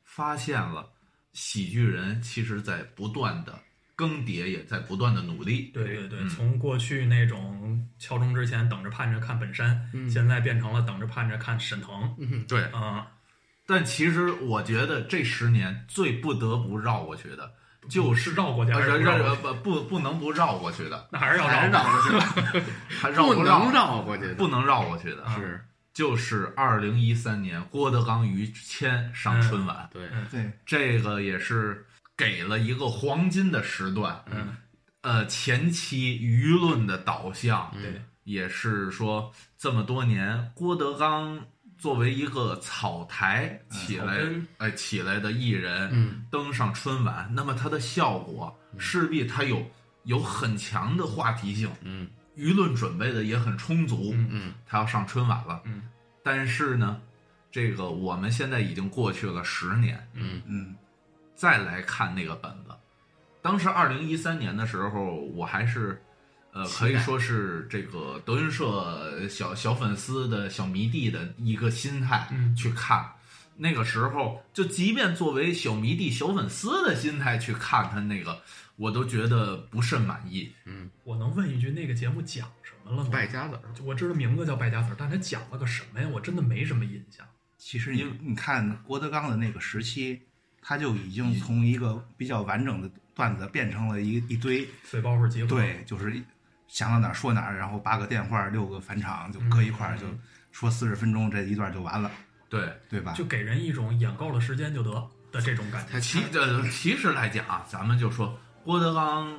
S1: 发现了喜剧人其实在不断的更迭，也在不断的努力。
S4: 对对对，
S1: 嗯
S4: 从过去那种敲钟之前等着盼着看本山，
S2: 嗯
S4: 现在变成了等着盼着看沈腾
S2: 嗯，
S1: 对，
S4: 啊、
S1: 但其实我觉得这十年最不得不绕过去的，就
S4: 不
S1: 是
S4: 是绕过去
S1: 呃
S4: 还是
S1: 绕
S4: 不绕
S1: 绕
S4: 过去？
S1: 不不不能不绕过去的，
S4: 那还是要
S1: 还是
S4: 绕
S1: 绕过去的， <laughs> 还绕
S2: 不
S1: 绕
S2: 能绕嗯过去的，
S1: 不能绕过去的，
S4: 啊
S2: 是，
S1: 就是二零一三年郭德纲、于谦上春晚。
S2: 对，
S3: 对，
S1: 这个也是给了一个黄金的时段。
S4: 嗯，
S1: 呃，前期舆论的导向
S2: 嗯
S4: 对，
S1: 也是说，这么多年，郭德纲作为一个草台起来
S4: 草根，
S1: 哎，起来的艺人
S2: 嗯，
S1: 登上春晚，那么他的效果
S4: 嗯
S1: 势必他有有很强的话题性，
S2: 嗯，
S1: 舆论准备的也很充足，
S4: 嗯
S2: 嗯，
S1: 他要上春晚了，
S4: 嗯，
S1: 但是呢，这个我们现在已经过去了十年，
S2: 嗯，
S3: 嗯，
S1: 再来看那个本子。当时二零一三年的时候，我还是，呃，
S2: 期待
S1: 可以说是这个德云社小小粉丝的小迷弟的一个心态
S4: 嗯
S1: 去看。那个时候，就即便作为小迷弟、小粉丝的心态去看他那个，我都觉得不甚满意。
S4: 我能问一句，那个节目讲什么了吗？
S2: 败家子儿，
S4: 我知道名字叫败家子儿，但他讲了个什么呀？我真的没什么印象。
S5: 其实
S1: 因为
S5: 你你看郭德纲的那个时期，他就已经从一个比较完整的段子变成了一一堆，
S4: 碎包袱集合，
S5: 对，就是想到哪儿说哪儿，然后八个电话六个返场就搁一块儿，就说四十分钟这一段就完了，
S1: 对，
S5: 对吧？
S4: 就给人一种演够了时间就得的这种感觉。
S2: 太
S1: 其呃，其实来讲啊，咱们就说郭德纲，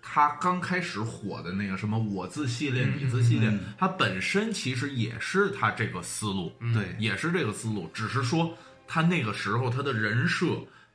S1: 他刚开始火的那个什么我字系列、
S4: 嗯
S1: 你字系列
S5: 嗯嗯，
S1: 它本身其实也是他这个思路，
S4: 嗯
S5: 对
S1: 也是这个思路，只是说他那个时候他的人设，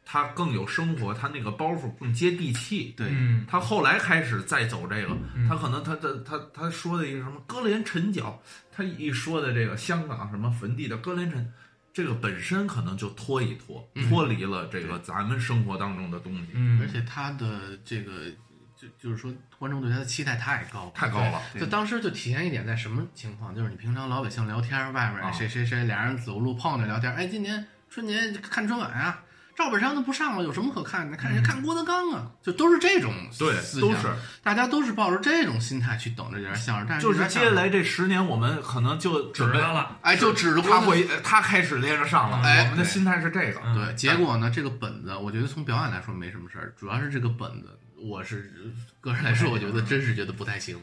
S1: 他更有生活，他那个包袱更接地气。
S5: 对，
S4: 嗯，
S1: 他后来开始再走这个，
S4: 嗯
S1: 他可能他的他他说的一个什么歌连陈角，他一说的这个香港什么坟地的歌连陈，这个本身可能就脱一脱，
S4: 嗯
S1: 脱离了这个咱们生活当中的东西，
S4: 嗯，
S2: 而且他的这个就就是说观众对他的期待太高
S1: 太高了。
S5: 对
S2: 就当时就体现一点在什么情况，就是你平常老百姓聊天，外面
S1: 啊
S2: 谁谁谁俩人走路碰着聊天，哎，今年春节看春晚啊，赵本山都不上了，有什么可看的？看人家看郭德纲啊，就都是这种
S1: 嗯对，
S2: 思
S1: 都
S2: 想
S1: 是，
S2: 大家都是抱着这种心态去等着这件相声，但是
S1: 就是
S2: 这
S1: 接
S2: 件
S1: 下
S2: 相声
S1: 来这十年，我们可能就
S4: 指
S1: 准备
S4: 他了，
S2: 哎，就指着
S1: 他
S2: 郭德
S1: 会，呃他开始连着上了。
S2: 哎
S1: 我们的心态是这个，
S4: 嗯
S2: 对，结果呢，这个本子，我觉得从表演来说没什么事儿，主要是这个本子，我是个人来说，我觉得真是觉得不太行。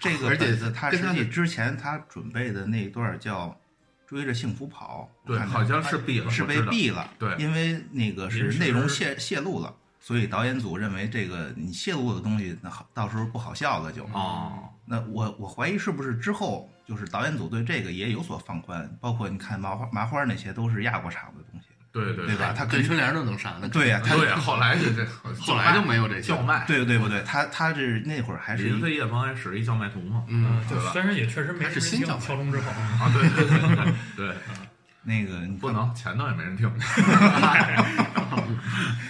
S5: 这个
S2: 而且
S5: 本子他
S2: 跟他
S5: 实
S2: 的
S5: 际之前他准备的那段叫《追着幸福跑》，
S1: 对，
S5: 我看
S1: 好像是毙了，
S5: 是
S1: 我
S5: 被
S1: 知道。
S5: 毙了，
S1: 对
S5: 因为那个
S4: 临
S5: 是
S4: 时
S5: 内容泄泄露了，所以导演组认为这个你泄露的东西，那好到时候不好笑了就。
S1: 哦，
S5: 那我我怀疑是不是之后就是导演组对这个也有所放宽，包括你看麻花麻花那些都是压过场的东西，
S1: 对对
S5: 对吧？他肯
S2: 对
S5: 定
S2: 春联都能
S1: 嗯
S2: 上，那
S5: 对呀、他
S1: 对，后来就这，
S2: 后来就没有这些
S1: 叫卖，
S5: 对对不对？他他是那会儿还是
S1: 林
S5: 一个
S1: 飞夜帮还使一叫卖图嘛？
S2: 嗯，
S4: 就虽然也确实
S2: 他
S4: 没人
S2: 是新
S4: 听
S2: 教派
S4: 敲钟之后，
S1: 啊，对对对对对，
S5: 那个你看
S1: 不能前头也没人 <laughs> 听。
S4: 嗯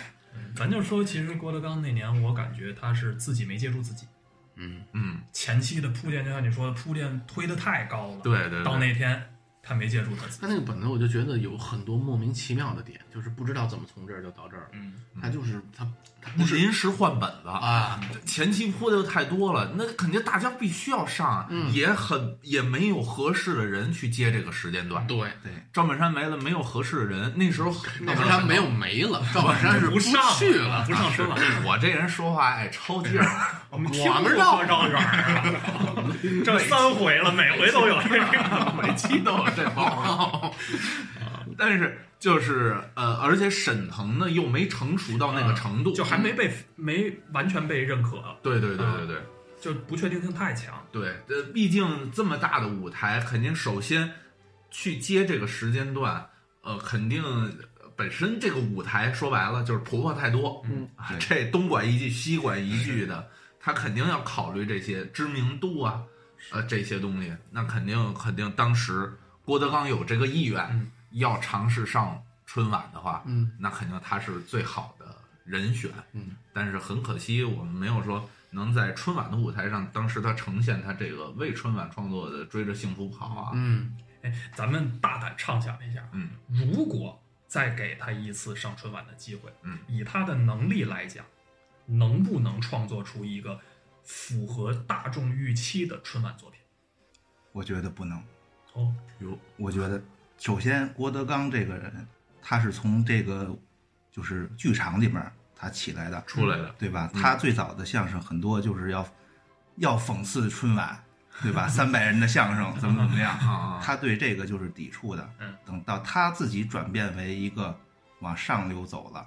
S4: 咱就说，其实郭德纲那年，我感觉他是自己没接住自己，
S2: 嗯，
S1: 嗯，
S4: 前期的铺垫，就像你说的，铺垫推的太高了，
S1: 对对
S4: 到
S1: 对，
S4: 那天他没接住他自己，
S2: 他那个本子我就觉得有很多莫名其妙的点，就是不知道怎么从这儿就到这儿了，
S4: 嗯，
S2: 他就是他他不
S1: 那
S2: 是
S1: 临时换本子。
S2: 啊，
S1: 前期铺的又太多了，那肯定大家必须要上啊，
S2: 嗯
S1: 也很也没有合适的人去接这个时间段。
S2: 对，
S5: 对
S1: 赵本山没了，没有合适的人，那时候
S2: 嗯赵本山没有没了，赵本山是
S4: 不上
S2: 去了，
S4: 不上春晚，
S1: <laughs> 我这人说话爱抄劲
S2: <laughs>
S1: 儿，
S4: 我们
S2: 我们
S4: 绕
S2: 绕
S4: 绕远儿了，这三回了，每回都有这个，
S1: 每期都有这包袱。但是就是呃，而且沈腾呢又没成熟到那个程度，
S4: 就还没被没完全被认可，啊
S1: 对对对对对
S4: 就不确定性太强，
S1: 对，呃，毕竟这么大的舞台，肯定首先去接这个时间段，呃，肯定呃本身这个舞台说白了就是婆婆太多，
S4: 嗯
S1: 啊，这东管一句西管一句的，他肯定要考虑这些知名度啊，呃，这些东西，那肯定肯定当时郭德纲有这个意愿，
S4: 嗯
S1: 要尝试上春晚的话，
S2: 嗯，
S1: 那肯定他是最好的人选。
S2: 嗯，
S1: 但是很可惜，我们没有说能在春晚的舞台上，当时他呈现他这个为春晚创作的《追着幸福跑》啊，
S2: 嗯，
S4: 哎，咱们大胆畅想一下，
S1: 嗯，
S4: 如果再给他一次上春晚的机会，
S1: 嗯，
S4: 以他的能力来讲，能不能创作出一个符合大众预期的春晚作品？
S5: 我觉得不能。
S4: 哦，
S1: 有
S5: 我觉得，首先郭德纲这个人，他是从这个就是剧场里面儿他起来的，
S1: 出来的，
S5: 对吧？
S1: 嗯
S5: 他最早的相声很多就是要要讽刺春晚，对吧？三百人的相声怎么怎
S1: <laughs>
S5: 么样？
S1: 啊
S5: 他对这个就是抵触的
S4: 嗯。
S5: 等到他自己转变为一个往上流走了，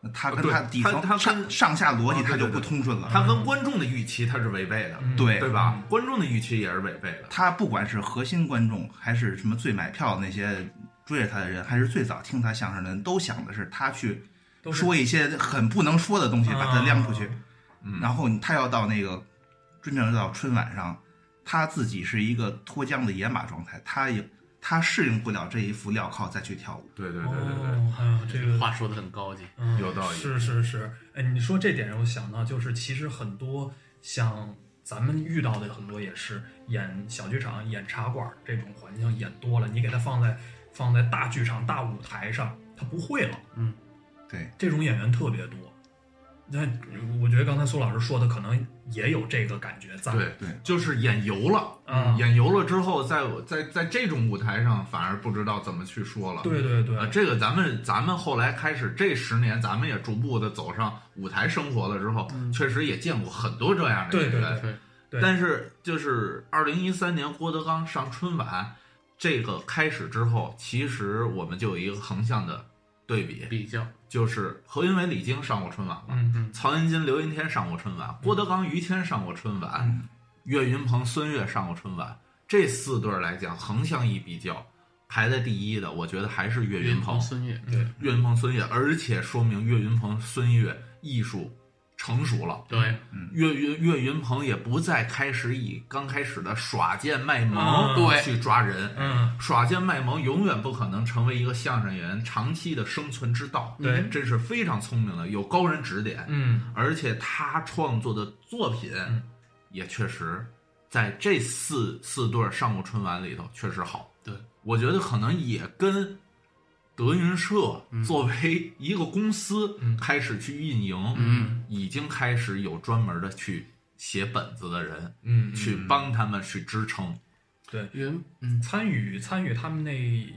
S5: 那他跟
S1: 哦对
S5: 他底
S1: 他他
S5: 层
S1: 跟
S5: 上上下逻
S1: 哦
S5: 辑
S1: 对
S5: 他就不
S1: 对对
S5: 通顺了。
S1: 他跟观众的预期他是违背的，
S4: 嗯
S5: 对
S1: 对吧？观众的预期也是违背的，
S5: 他不管是核心观众，还是什么最买票的那些追着他的人，还是最早听他相声的人，都想的是他去
S4: 都是啊
S5: 说一些很不能说的东西，把它亮出去。
S1: 嗯
S5: 然后他要到那个真正到春晚上，他自己是一个脱缰的野马状态，他也他适应不了这一副镣铐再去跳舞。
S1: 对对
S4: 对
S1: 对对对，
S4: 哦，哎呀，这个
S2: 嗯话说的很高级，
S4: 嗯
S1: 有道理
S4: 是是是，哎，你说这点让我想到，就是其实很多像咱们遇到的很多也是演小剧场、演茶馆这种环境演多了，你给他放在放在大剧场、大舞台上，他不会了。
S1: 嗯
S5: 对，
S4: 这种演员特别多。那我觉得刚才苏老师说的可能也有这个感觉在。
S1: 对
S5: 对
S1: 就是演油了，
S4: 嗯
S1: 演油了之后，在我在在这种舞台上，反而不知道怎么去说了。
S4: 对对对
S1: 啊，这个咱们咱们后来开始这十年，咱们也逐步的走上舞台生活了之后，确实也见过很多这样的
S4: 嗯对
S1: 演员。
S4: 对对
S2: 对
S4: 对
S1: 但是就是二零一三年郭德纲上春晚这个开始之后，其实我们就有一个横向的对比，
S2: 比较，
S1: 就是何云伟、李菁上过春晚了，
S4: 嗯嗯
S1: 曹云金、刘云天上过春晚，郭德纲、于谦上过春
S4: 嗯
S1: 晚，嗯岳云鹏、孙越上过春晚。这四对儿来讲，横向一比较，排在第一的，我觉得还是岳云鹏、
S2: 孙越，
S4: 对
S1: 岳云鹏、孙越，而且说明岳云鹏、孙越艺术成熟了。
S2: 对，
S1: 岳岳岳云鹏也不再开始以刚开始的耍贱卖萌
S4: 嗯
S2: 对
S1: 啊去抓人，
S4: 嗯，
S1: 耍贱卖萌永远不可能成为一个相声演员长期的生存之道。
S4: 对，
S1: 这是非常聪明的，有高人指点，
S4: 嗯
S1: 而且他创作的作品
S4: 嗯
S1: 也确实在这四四对儿上过春晚里头确实好。
S2: 对，
S1: 我觉得可能也跟德云社
S2: 嗯
S1: 作为一个公司
S4: 嗯
S1: 开始去运营，
S2: 嗯，
S1: 已经开始有专门的去写本子的人
S4: 嗯，
S1: 去帮他们去支撑。
S2: 云，嗯
S4: 参与参与他们那，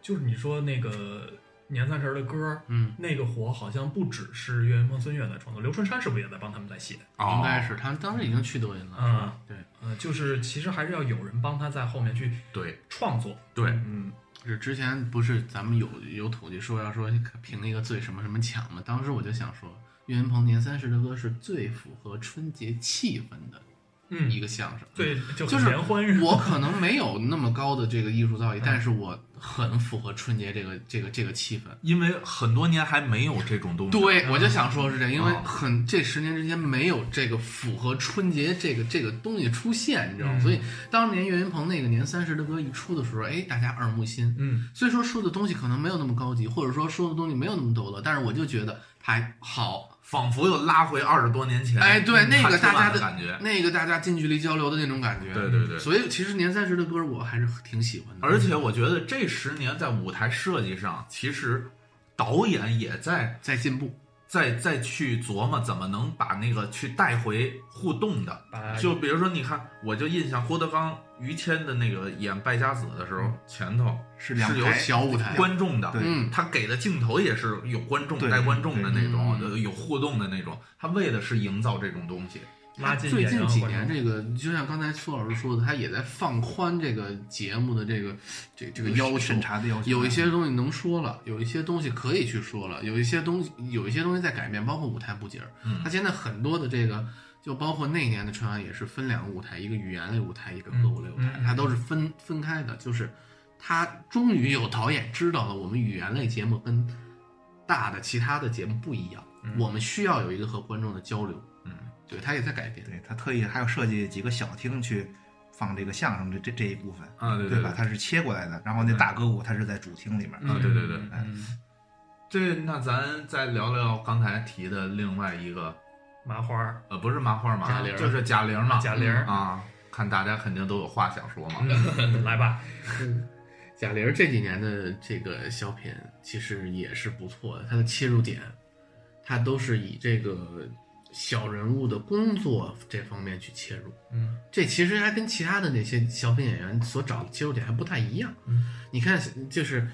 S4: 就是你说那个年三十儿的歌儿，
S2: 嗯，
S4: 那个火好像不只是岳云鹏、孙越在创作，刘春山是不是也在帮他们在写？
S2: 哦应该是他们当时已经去德云了，是吧对，
S4: 呃，就是其实还是要有人帮他在后面去
S1: 对
S4: 创作。
S1: 对，
S4: 嗯，
S2: 是之前不是咱们有有统计说要说评那个最什么什么强嘛？当时我就想说，岳云鹏年三十的歌是最符合春节气氛的
S4: 嗯
S2: 一个相声。
S4: 对，就
S2: 就
S4: 很
S2: 是
S4: 联欢日，
S2: <laughs> 我可能没有那么高的这个艺术造诣，但是我很符合春节这个这个这个气氛。
S1: 因为很多年还没有这种东西。
S2: 对，我就想说是这，因为
S1: 啊
S2: 很这十年之间没有这个符合春节这个这个东西出现，你知道吗？
S4: 嗯
S2: 所以当年岳云鹏那个年三十的歌一出的时候，哎，大家耳目新，
S4: 嗯
S2: 虽说说的东西可能没有那么高级，或者说说的东西没有那么逗乐，但是我就觉得还好。
S1: 仿佛又拉回二十多年前。嗯
S2: 哎，对，那个
S1: 看春
S2: 大
S1: 晚
S2: 家
S1: 的感觉，
S2: 那个大家近距离交流的那种感觉，
S1: 对对对。
S2: 所以其实年三十的歌我还是挺喜欢的，
S1: 而且我觉得这十年在舞台设计上，其实导演也在
S2: 在进步。
S1: 在在去琢磨怎么能把那个去带回互动的。
S4: 把
S1: 就比如说，你看，我就印象郭德纲、于谦的那个演败家子的时候，前头
S5: 是两
S1: 是有
S5: 排
S2: 小舞台，
S1: 观众的，
S5: 对
S2: 嗯，
S1: 他给的镜头也是有观众
S5: 对
S1: 带观众的那种
S2: 嗯，
S1: 有有互动的那种。他为的是营造这种东西。
S4: 拉近
S2: 最
S4: 演员
S2: 近
S4: 和
S2: 几
S4: 观
S2: 年，
S4: 众
S2: 这啊个就像刚才苏老师说的，他也在放宽这个节目的这个这这个要求，
S5: 审查的要求，
S2: 有一些东西能说了，有一些东西可以去说了，有一些东西有一些东西在改变，包括舞台布景儿。
S1: 嗯
S2: 它现在很多的这个，就包括那年的春晚也是分两个舞台，一个语言类舞台，一个歌舞类舞台，
S4: 嗯嗯
S2: 它都是分分开的。就是它终于有导演知道了，我们语言类节目跟大的其他的节目不一样，我们需要有一个和观众的交流。
S1: 嗯，
S2: 对，它也在改变。
S5: 对他特意还要设计几个小厅去放这个相声的这这这一部分，
S1: 啊，对
S5: 对吧
S1: 吧？？
S5: 它是切过来的，然后那大歌舞它是在主厅里面。
S1: 啊对对对
S4: 嗯嗯
S2: 哎
S1: 这那咱再聊聊刚才提的另外一个
S4: 麻花儿、
S1: 呃，不是麻花嘛
S2: 贾，玲儿
S1: 就是贾玲嘛，
S4: 贾玲
S2: 嗯
S4: 儿，
S1: 啊，看大家肯定都有话想说嘛。
S4: 嗯来吧，
S2: 贾玲这几年的这个小品其实也是不错的，她的切入点，她都是以这个小人物的工作这方面去切入。
S4: 嗯，
S2: 这其实还跟其他的那些小品演员所找的切入点还不太一样。
S4: 嗯，
S2: 你看，就是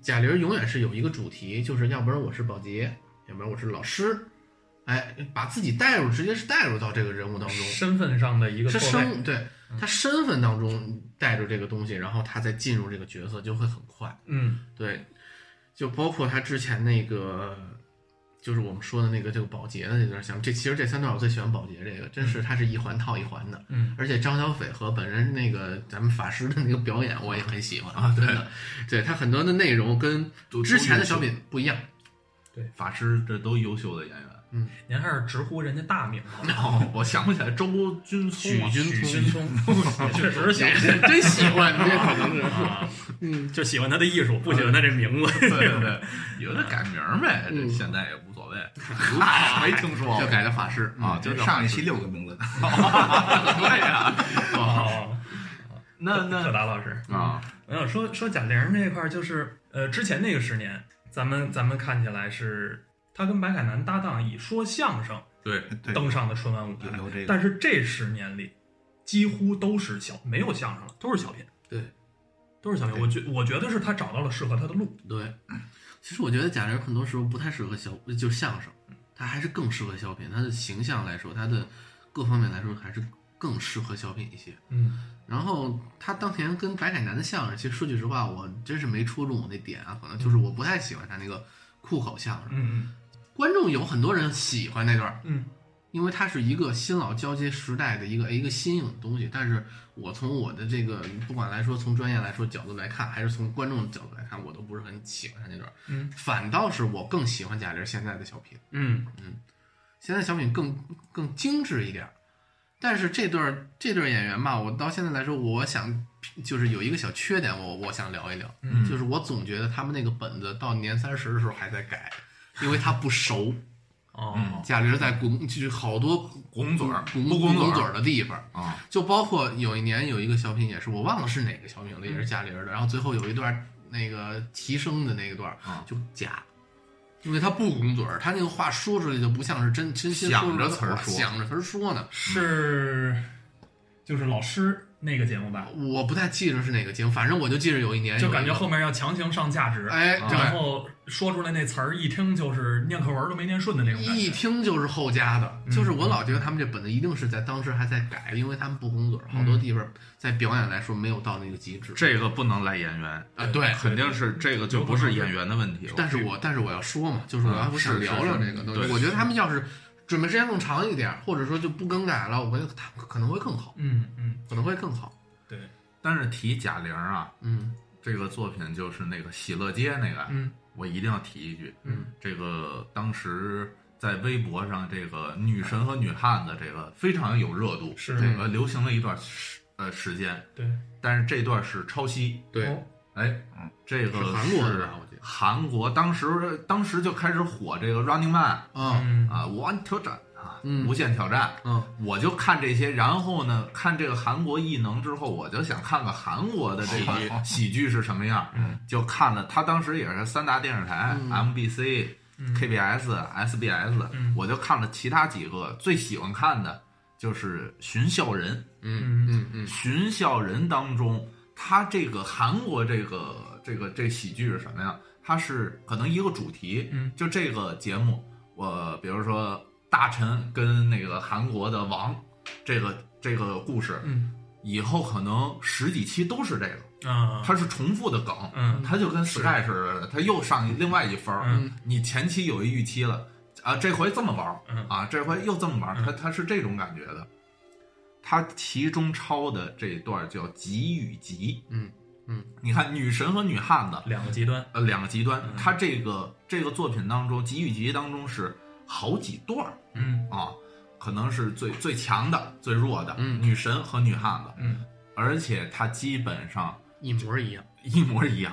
S2: 贾玲永远是有一个主题，就是要不然我是保洁，要不然我是老师，哎，把自己带入，直接是带入到这个人物当中。
S4: 身份上的一个
S2: 是
S4: 错位，
S2: 生对他身份当中带着这个东西，然后他再进入这个角色就会很快。
S4: 嗯
S2: 对，就包括他之前那个，就是我们说的那个这个保洁的那段项目，这其实这三段我最喜欢保洁这个，真是它是一环套一环的。
S4: 嗯
S2: 而且张小斐和本人那个咱们法师的那个表演，我也很喜欢啊，真的，对他很多的内容跟
S1: 都
S2: 之前的
S1: 都
S2: 小品不一样。
S1: 法师这都优秀的演员。 <laughs>
S4: 您还是直呼人家大名好吧，
S1: 哦，我想不起来周君聪啊，
S2: 许君
S4: 许君聪，
S2: <laughs>
S4: 确实是想不起来
S2: 真喜欢，这可能是，
S4: 啊，
S2: 嗯，
S4: 就喜欢他的艺术，不喜欢他这名字。
S1: <laughs> 对对对，有的改名儿呗，这
S2: 嗯
S1: 现在也无所谓。嗨，没听 <laughs> 说
S2: 就改的法师
S1: 啊，
S5: 就
S1: 就是
S5: 上一期六个名字，
S1: 对呀。
S4: <laughs> 哦，
S1: 那
S4: 柯 <laughs>
S1: 那
S4: 达老师，
S1: 啊，
S4: 没有嗯说说贾玲这一块，儿，就是呃，之前那个十年，咱们咱们看起来是她跟白凯南搭档以说相声
S1: 对，
S5: 对，
S4: 登上的春晚舞台
S5: 有，有这个，
S4: 但是这十年里几乎都是小，没有相声了，都是小品，
S2: 对，
S4: 都是小品。我觉我觉得是她找到了适合她的路，
S2: 对，其实我觉得贾玲很多时候不太适合小，就是相声，她还是更适合小品。她的形象来说，她的各方面来说还是更适合小品一些。
S4: 嗯
S2: 然后他当年跟白凯南的相声，其实说句实话，我真是没戳中我那点啊，可能就是我不太喜欢他那个酷口相声。
S4: 嗯
S2: 观众有很多人喜欢那段儿，
S4: 嗯
S2: 因为它是一个新老交接时代的一个一个新颖的东西。但是我从我的这个不管来说，从专业来说角度来看，还是从观众的角度来看，我都不是很喜欢他那段儿。
S4: 嗯
S2: 反倒是我更喜欢贾玲现在的小品，
S4: 嗯
S2: 现在小品更更精致一点儿。但是这对儿这对儿演员吧，我到现在来说，我想就是有一个小缺点，我我想聊一聊，
S4: 嗯
S2: 就是我总觉得他们那个本子到年三十的时候还在改，因为他不熟。
S5: 嗯
S4: 哦
S2: 贾玲在滚，就是好多
S1: 拱嘴儿
S2: 拱
S1: 不
S2: 拱
S1: 拱嘴儿
S2: 儿的地方，
S1: 啊，
S2: 就包括有一年有一个小品也是，我忘了是哪个小品了，也是贾玲的。然后最后有一段那个提升的那一段儿
S1: 啊
S2: 就假，因为他不拱嘴儿，他那个话说出来就不像是真真心
S1: 想
S2: 说出来
S1: 着
S2: 的
S1: 词儿
S2: 话
S1: 说
S2: 想着词儿说呢。
S4: 是就是老师那个节目吧，
S2: 我不太记着是哪个节目，反正我就记着有一年有
S4: 就
S2: 一个
S4: 感觉后面要强行上价值，
S2: 哎
S1: 啊
S4: 然
S2: 对，
S4: 后说出来那词儿一听就是念课文都没念顺的那种感
S2: 一
S4: 觉。
S2: 听就是后加的，
S4: 嗯
S2: 就是我老觉得他们这本子一定是在当时还在改，因为他们不拱嘴儿，好多
S1: 嗯
S2: 地方在表演来说没有到那个极致
S1: 这个不能赖演员，
S2: 啊。对，
S1: 肯定是这个就不是演员的问题。
S2: 但是我但是我要说嘛，就是我要
S1: 啊
S2: 我想
S1: 是是
S2: 聊聊这个东西。
S1: 对
S2: 我觉得他们要是准备时间更长一点，或者说就不更改了，我觉得他可能会更好，
S4: 嗯嗯，
S2: 可能会更好。
S4: 对，
S1: 但是提贾玲啊，
S2: 嗯
S1: 这个作品就是那个喜乐街那个，
S4: 嗯
S1: 我一定要提一句，
S4: 嗯，
S1: 这个当时在微博上，这个女神和女汉子这个非常有热度，
S4: 是
S2: 对
S1: 呃，流行了一段时呃时间，
S4: 对，
S1: 但是这段是抄袭，
S2: 对，
S4: 哦
S1: 哎，这个
S2: 嗯是韩国的吧我记得
S1: 韩国当时当时就开始火这个 Running Man
S2: 啊
S4: 嗯
S1: 啊，无限挑战啊，
S2: 嗯
S1: 无限挑战。
S2: 嗯，
S1: 我就看这些，然后呢，看这个韩国异能之后，我就想看看韩国的这个喜剧是什么样，就看了。他当时也是三大电视台、
S2: 嗯
S1: MBC、KBS、SBS，、
S4: 嗯
S1: 我就看了其他几个，最喜欢看的就是《寻笑人
S2: 嗯嗯嗯》。
S1: 《寻笑人》当中，他这个韩国这个这个这喜剧是什么呀？它是可能一个主题，
S4: 嗯，
S1: 就这个节目，我比如说大臣跟那个韩国的王，这个这个故事，
S4: 嗯
S1: 以后可能十几期都是这个，
S4: 啊，
S1: 它是重复的梗，
S4: 嗯
S1: 它就跟 Sky 似的，它又上一另外一分儿，
S4: 嗯
S1: 你前期有一预期了，啊，这回这么玩儿，
S4: 嗯
S1: 啊，这回又这么玩儿，
S4: 嗯
S1: 它它是这种感觉的。它其中抄的这一段叫“极与极”，
S2: 嗯嗯，
S1: 你看女神和女汉子，
S4: 两个极端，
S1: 呃，两个极端
S4: 嗯，
S1: 它这个这个作品当中，“极与极”当中是好几段儿
S4: 嗯
S1: 啊，可能是最最强的、最弱的，
S2: 嗯
S1: 女神和女汉子，
S4: 嗯
S1: 而且它基本上
S2: 一模一样。
S1: 一模一样，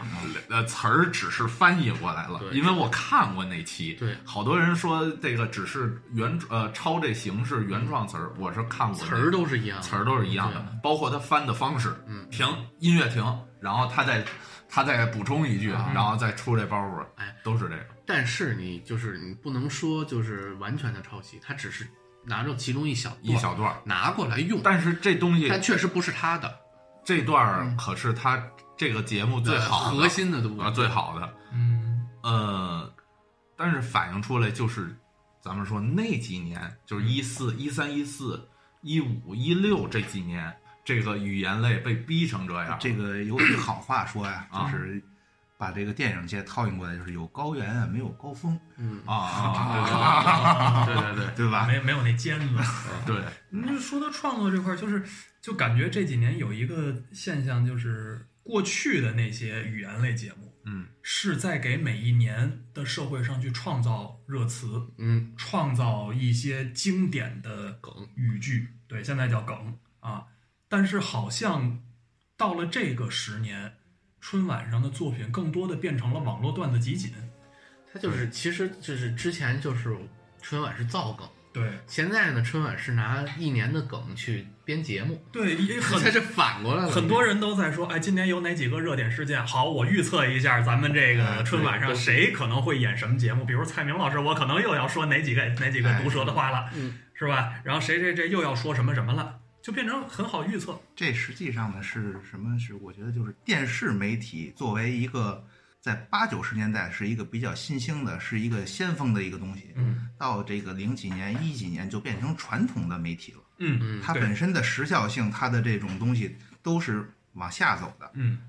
S1: 呃，词儿只是翻译过来了
S2: 对，
S1: 因为我看过那期，
S2: 对
S1: 好多人说这个只是原呃抄这形式原创词儿，我是看过那
S2: 嗯词儿都是一样的，
S1: 词儿都是一样的，包括他翻的方式，
S2: 嗯
S1: 停音乐停，然后他再他再补充一句，啊然后再出这包袱，
S2: 嗯哎，
S1: 都是这个，
S2: 但是你就是你不能说就是完全的抄袭，他只是拿着其中一小
S1: 一
S2: 段
S1: 小段儿。
S2: 拿过来用，
S1: 但是这东西
S2: 但确实不是他的
S1: 这段儿可是他这个节目最好的
S2: 核心的部
S1: 啊
S2: 分。 <laughs>
S1: 最好的， <laughs>
S4: 嗯
S1: 呃，但是反映出来就是，咱们说那几年，就是一四、一三、一四、一五、一六这几年，这个语言类被逼成这样。
S5: 这个有句好话说呀，
S1: 啊
S5: 就是把这个电影界套用过来，就是有高原啊，没有高峰，
S2: 嗯，
S1: 啊啊！对对对
S5: 对吧？
S4: 没没有那
S1: <laughs>
S4: 尖子。
S1: 对对，
S4: 你就说到创作这块儿，就是就感觉这几年有一个现象，就是过去的那些语言类节目
S1: 嗯，
S4: 是在给每一年的社会上去创造热词，
S2: 嗯，
S4: 创造一些经典的
S2: 梗
S4: 语句，对，现在叫梗啊。但是好像到了这个十年，春晚上的作品更多的变成了网络段子集锦，
S2: 他就是，其实就是之前就是春晚是造梗，
S4: 对
S2: 现在呢，春晚是拿一年的梗去编节目，
S4: 对，
S2: <laughs>
S4: 也很
S2: 它是反过来了。
S4: 很多人都在说，哎，今年有哪几个热点事件？好，我预测一下，咱们这
S2: 哎
S4: 个春晚上谁可能会演什么节目？比如蔡明老师，我可能又要说哪几个哪几个毒舌的话了，
S2: 嗯
S4: 是吧？然后谁谁谁又要说什么什么了，就变成很好预测。
S5: 这实际上呢是什么？是我觉得就是电视媒体作为一个在八九十年代是一个比较新兴的，是一个先锋的一个东西。
S4: 嗯
S5: 到这个零几年、一几年就变成传统的媒体了。
S4: 嗯
S2: 嗯
S5: 它
S4: 对
S5: 本身的时效性，它的这种东西都是往下走的，
S4: 嗯，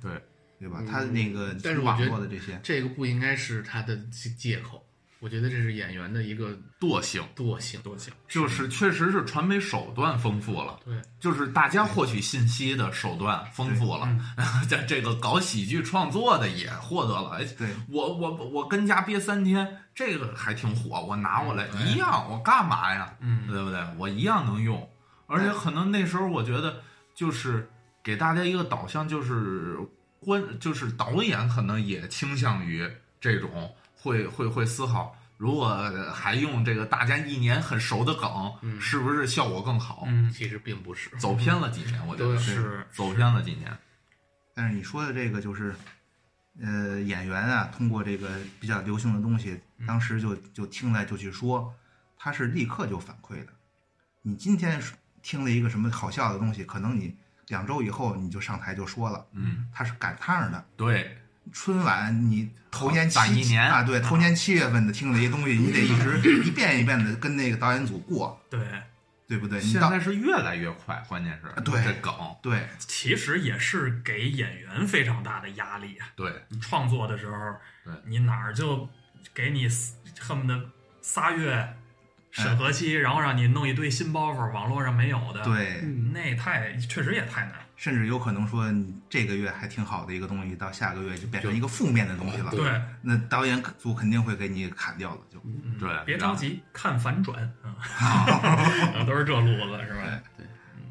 S5: 对吧
S2: 嗯？
S5: 它那个
S2: 但是我
S5: 网
S2: 觉得
S5: 络的这些，
S2: 这个不应该是他的借口，我觉得这是演员的一个
S1: 惰性
S2: 惰性。
S4: 多行，
S1: 就是确实是传媒手段丰富了，
S2: 对，
S1: 就是大家获取信息的手段丰富了， <laughs> 在这个搞喜剧创作的也获得了。哎
S5: 对，
S1: 我我我跟家憋三天，这个还挺火，我拿过来一样，我干嘛呀？
S4: 嗯
S1: 对不对？我一样能用，而且可能那时候我觉得就是给大家一个导向，就是观，就是导演可能也倾向于这种会会会思考，如果还用这个大家一年很熟的梗，
S2: 嗯
S1: 是不是效果更好？
S4: 嗯，
S2: 其实并不是，
S1: 走偏了几年，我觉得
S2: 对
S4: 是
S1: 走偏了几年。
S5: 但是你说的这个就是，呃，演员啊，通过这个比较流行的东西，
S1: 嗯
S5: 当时就就听了就去说，他是立刻就反馈的。你今天听了一个什么好笑的东西，可能你两周以后你就上台就说了，
S1: 嗯，
S5: 他是赶趟儿的。
S1: 对，
S5: 春晚你头年
S1: 晚
S5: 七
S1: 哦一年
S5: 啊，对，头年七月份的听了一些东西，你得一直一遍一遍的跟那个导演组过，
S4: 对，
S5: 对不对？你
S1: 现
S5: 到
S1: 在是越来越快，关键是
S5: 对
S1: 这梗，
S5: 对
S4: 其实也是给演员非常大的压力啊。
S1: 对
S4: 创作的时候，
S1: 对
S4: 你哪儿就给你四恨不得仨月审核期，然后让你弄一堆新包袱，网络上没有的，，
S1: 嗯
S5: 对，
S4: 那太确实也太难。
S5: 甚至有可能说你这个月还挺好的一个东西，到下个月就变成一个负面的东西了。
S4: 对，
S5: 那导演组肯定会给你砍掉的，就
S4: 嗯
S1: 对
S4: 别
S1: 然后
S4: 着急，看反转啊，都是这路子是吧？对，嗯，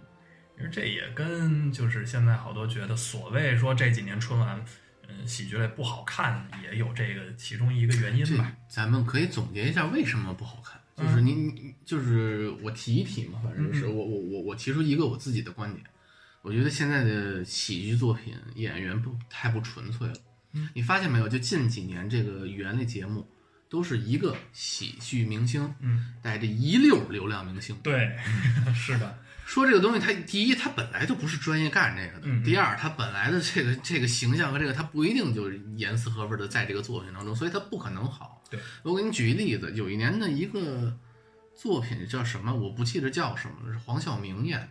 S4: 因为这也跟就是现在好多觉得所谓说这几年春晚。嗯，喜剧类不好看也有这个其中一个原因
S2: 这
S4: 吧。
S2: 咱们可以总结一下为什么不好看，就是你你就是我提一提嘛，反正就是
S4: 嗯
S2: 我我我我提出一个我自己的观点，我觉得现在的喜剧作品演员不太不纯粹了
S4: 嗯，
S2: 你发现没有？就近几年这个语言类节目都是一个喜剧明星
S4: 嗯，
S2: 带着一溜流量明星。
S4: 对， <laughs> 是的，
S2: 说这个东西，它第一，它本来就不是专业干这个的；
S4: 嗯嗯
S2: 第二，它本来的这个这个形象和这个，它不一定就是严丝合缝的在这个作品当中，所以它不可能好。
S4: 对，
S2: 我给你举一例子，有一年的一个作品叫什么，我不记得叫什么了，是黄晓明演的，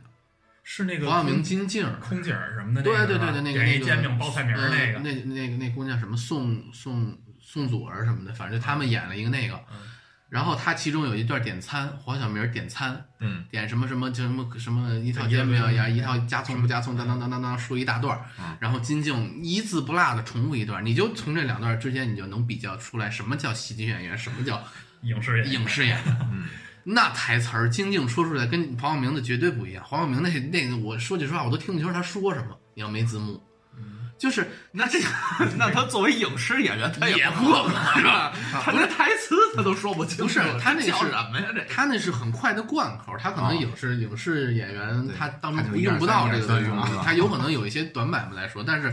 S4: 是那个
S2: 黄晓明
S4: 空
S2: 金靖儿。
S4: 空姐儿什么的那
S2: 对
S4: 个，
S2: 对对
S4: 是吧
S2: 对，那个
S4: 给
S2: 那
S4: 一
S2: 个嗯
S4: 煎饼包菜名儿那
S2: 那
S4: 个，
S2: 那那个那姑娘什么宋宋宋祖儿什么的，反正就他们演了一个那个
S4: 嗯。
S2: 然后他其中有一段点餐，黄晓明点餐，
S1: 嗯，
S2: 点什么什么什么什么一套煎饼呀，一套加葱不加葱，当当当当当说一大段儿
S1: 嗯，
S2: 然后金靖一字不落的重复一段儿，你就从这两段儿之间，你就能比较出来什么叫喜剧演员，什么叫
S4: 影视也
S2: 影视演员。
S1: 嗯，
S2: <laughs> 那台词儿金靖说出来跟黄晓明的绝对不一样。黄晓明那那个，我说句实话，我都听不清他说什么。你要没字幕，
S5: 嗯
S2: 就是
S1: <laughs> 那这那他作为影视演员，他
S2: 也
S1: 不
S2: 过嘛
S1: 是吧？ <laughs> 他连台词他都说不清楚，
S2: 不是他那个是
S1: 叫什么呀？
S2: <laughs>
S1: 这
S2: 他那是很快的贯口，他可能影视、影视演员
S5: 啊对
S2: 他当
S5: 他
S2: 中
S5: 就
S2: 不
S5: 一
S2: 用
S5: 二
S2: 不
S5: 三
S2: 到
S5: 一
S2: 这
S5: 二
S2: 个
S5: 三
S2: 东
S5: 是
S2: 西
S5: 吧，
S2: 他有可能有一些短板来说，但是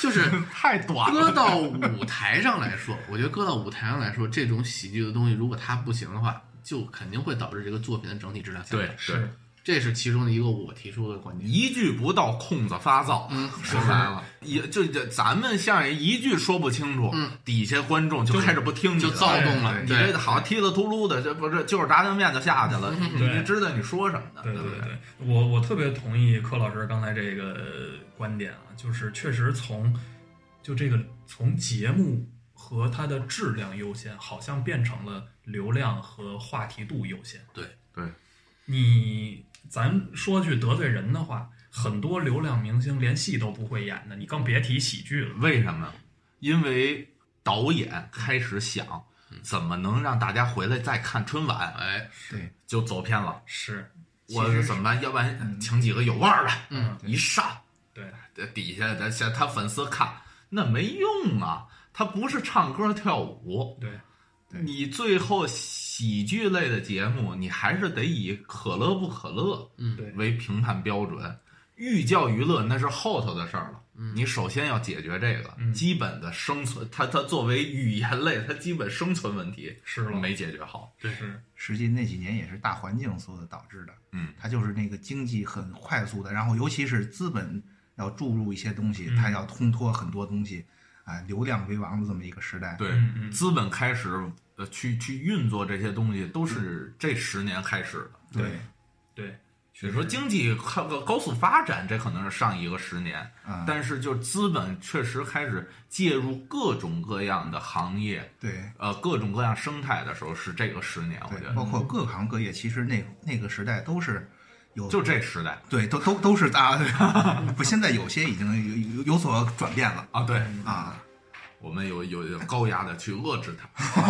S2: 就是。
S1: 太短
S2: 搁到舞台上来说，我觉得搁到舞台上来说，这种喜剧的东西，如果它不行的话，就肯定会导致这个作品的整体质量下降。
S1: 对，，
S4: 是
S2: 这是其中的一个我提出的观点。
S1: 一句不到空子发燥。
S2: 嗯，
S1: 说白了，也就这，咱们相声一句说不清楚，
S2: 嗯
S1: 底下观众就开始不听你
S2: 就
S1: 的
S2: 躁动了。
S1: 你
S2: 对
S1: 这好像踢了秃噜的，这不是就是炸酱面就下去了，
S4: 对
S1: 你知道你说什么的，
S4: 对
S1: 不
S4: 对对，我我特别同意柯老师刚才这个观点啊，就是确实从就这个从节目和它的质量优先，好像变成了流量和话题度优先。
S1: 对
S4: 你咱说句得罪人的话，很多流量明星连戏都不会演的，你更别提喜剧了。
S1: 为什么？因为导演开始想怎么能让大家回来再看春晚，
S2: 哎，
S5: 对，
S1: 就走偏了。
S4: 是，
S1: 我是怎么办？要不然请几个有腕儿的，
S2: 嗯，
S1: 一上，
S4: 嗯对，
S1: 这底下咱先他粉丝看，那没用啊，他不是唱歌跳舞，
S4: 对，
S5: 对
S1: 你最后喜剧类的节目，你还是得以可乐不可乐，
S2: 嗯
S4: 对
S1: 为评判标准。寓教于乐那是后头的事儿了，你首先要解决这个
S4: 嗯
S1: 基本的生存，它它作为语言类，它基本生存问题
S4: 是了，
S1: 没解决好。
S4: 是，
S5: 实际那几年也是大环境所导致的。
S1: 嗯，
S5: 它就是那个经济很快速的，然后尤其是资本要注入一些东西，
S4: 嗯
S5: 它要烘托很多东西，啊，流量为王的这么一个时代。
S1: 对，
S4: 嗯嗯
S1: 资本开始呃去去运作这些东西，都是这十年开始的。
S5: 对，
S4: 对，
S1: 你说经济高高速发展，这可能是上一个十年，
S5: 啊，
S1: 但是就是资本确实开始介入各种各样的行业，
S5: 对
S1: 呃，各种各样生态的时候，是这个十年，我觉
S5: 对，
S1: 得
S5: 包括各行各业，其实那那个时代都是有
S1: 就这时代
S5: 对，都都都是大， <laughs> 不，现在有些已经有有有所转变了
S1: 啊，对
S5: 啊，
S1: 我们有有有高压的去遏制 <laughs> 它，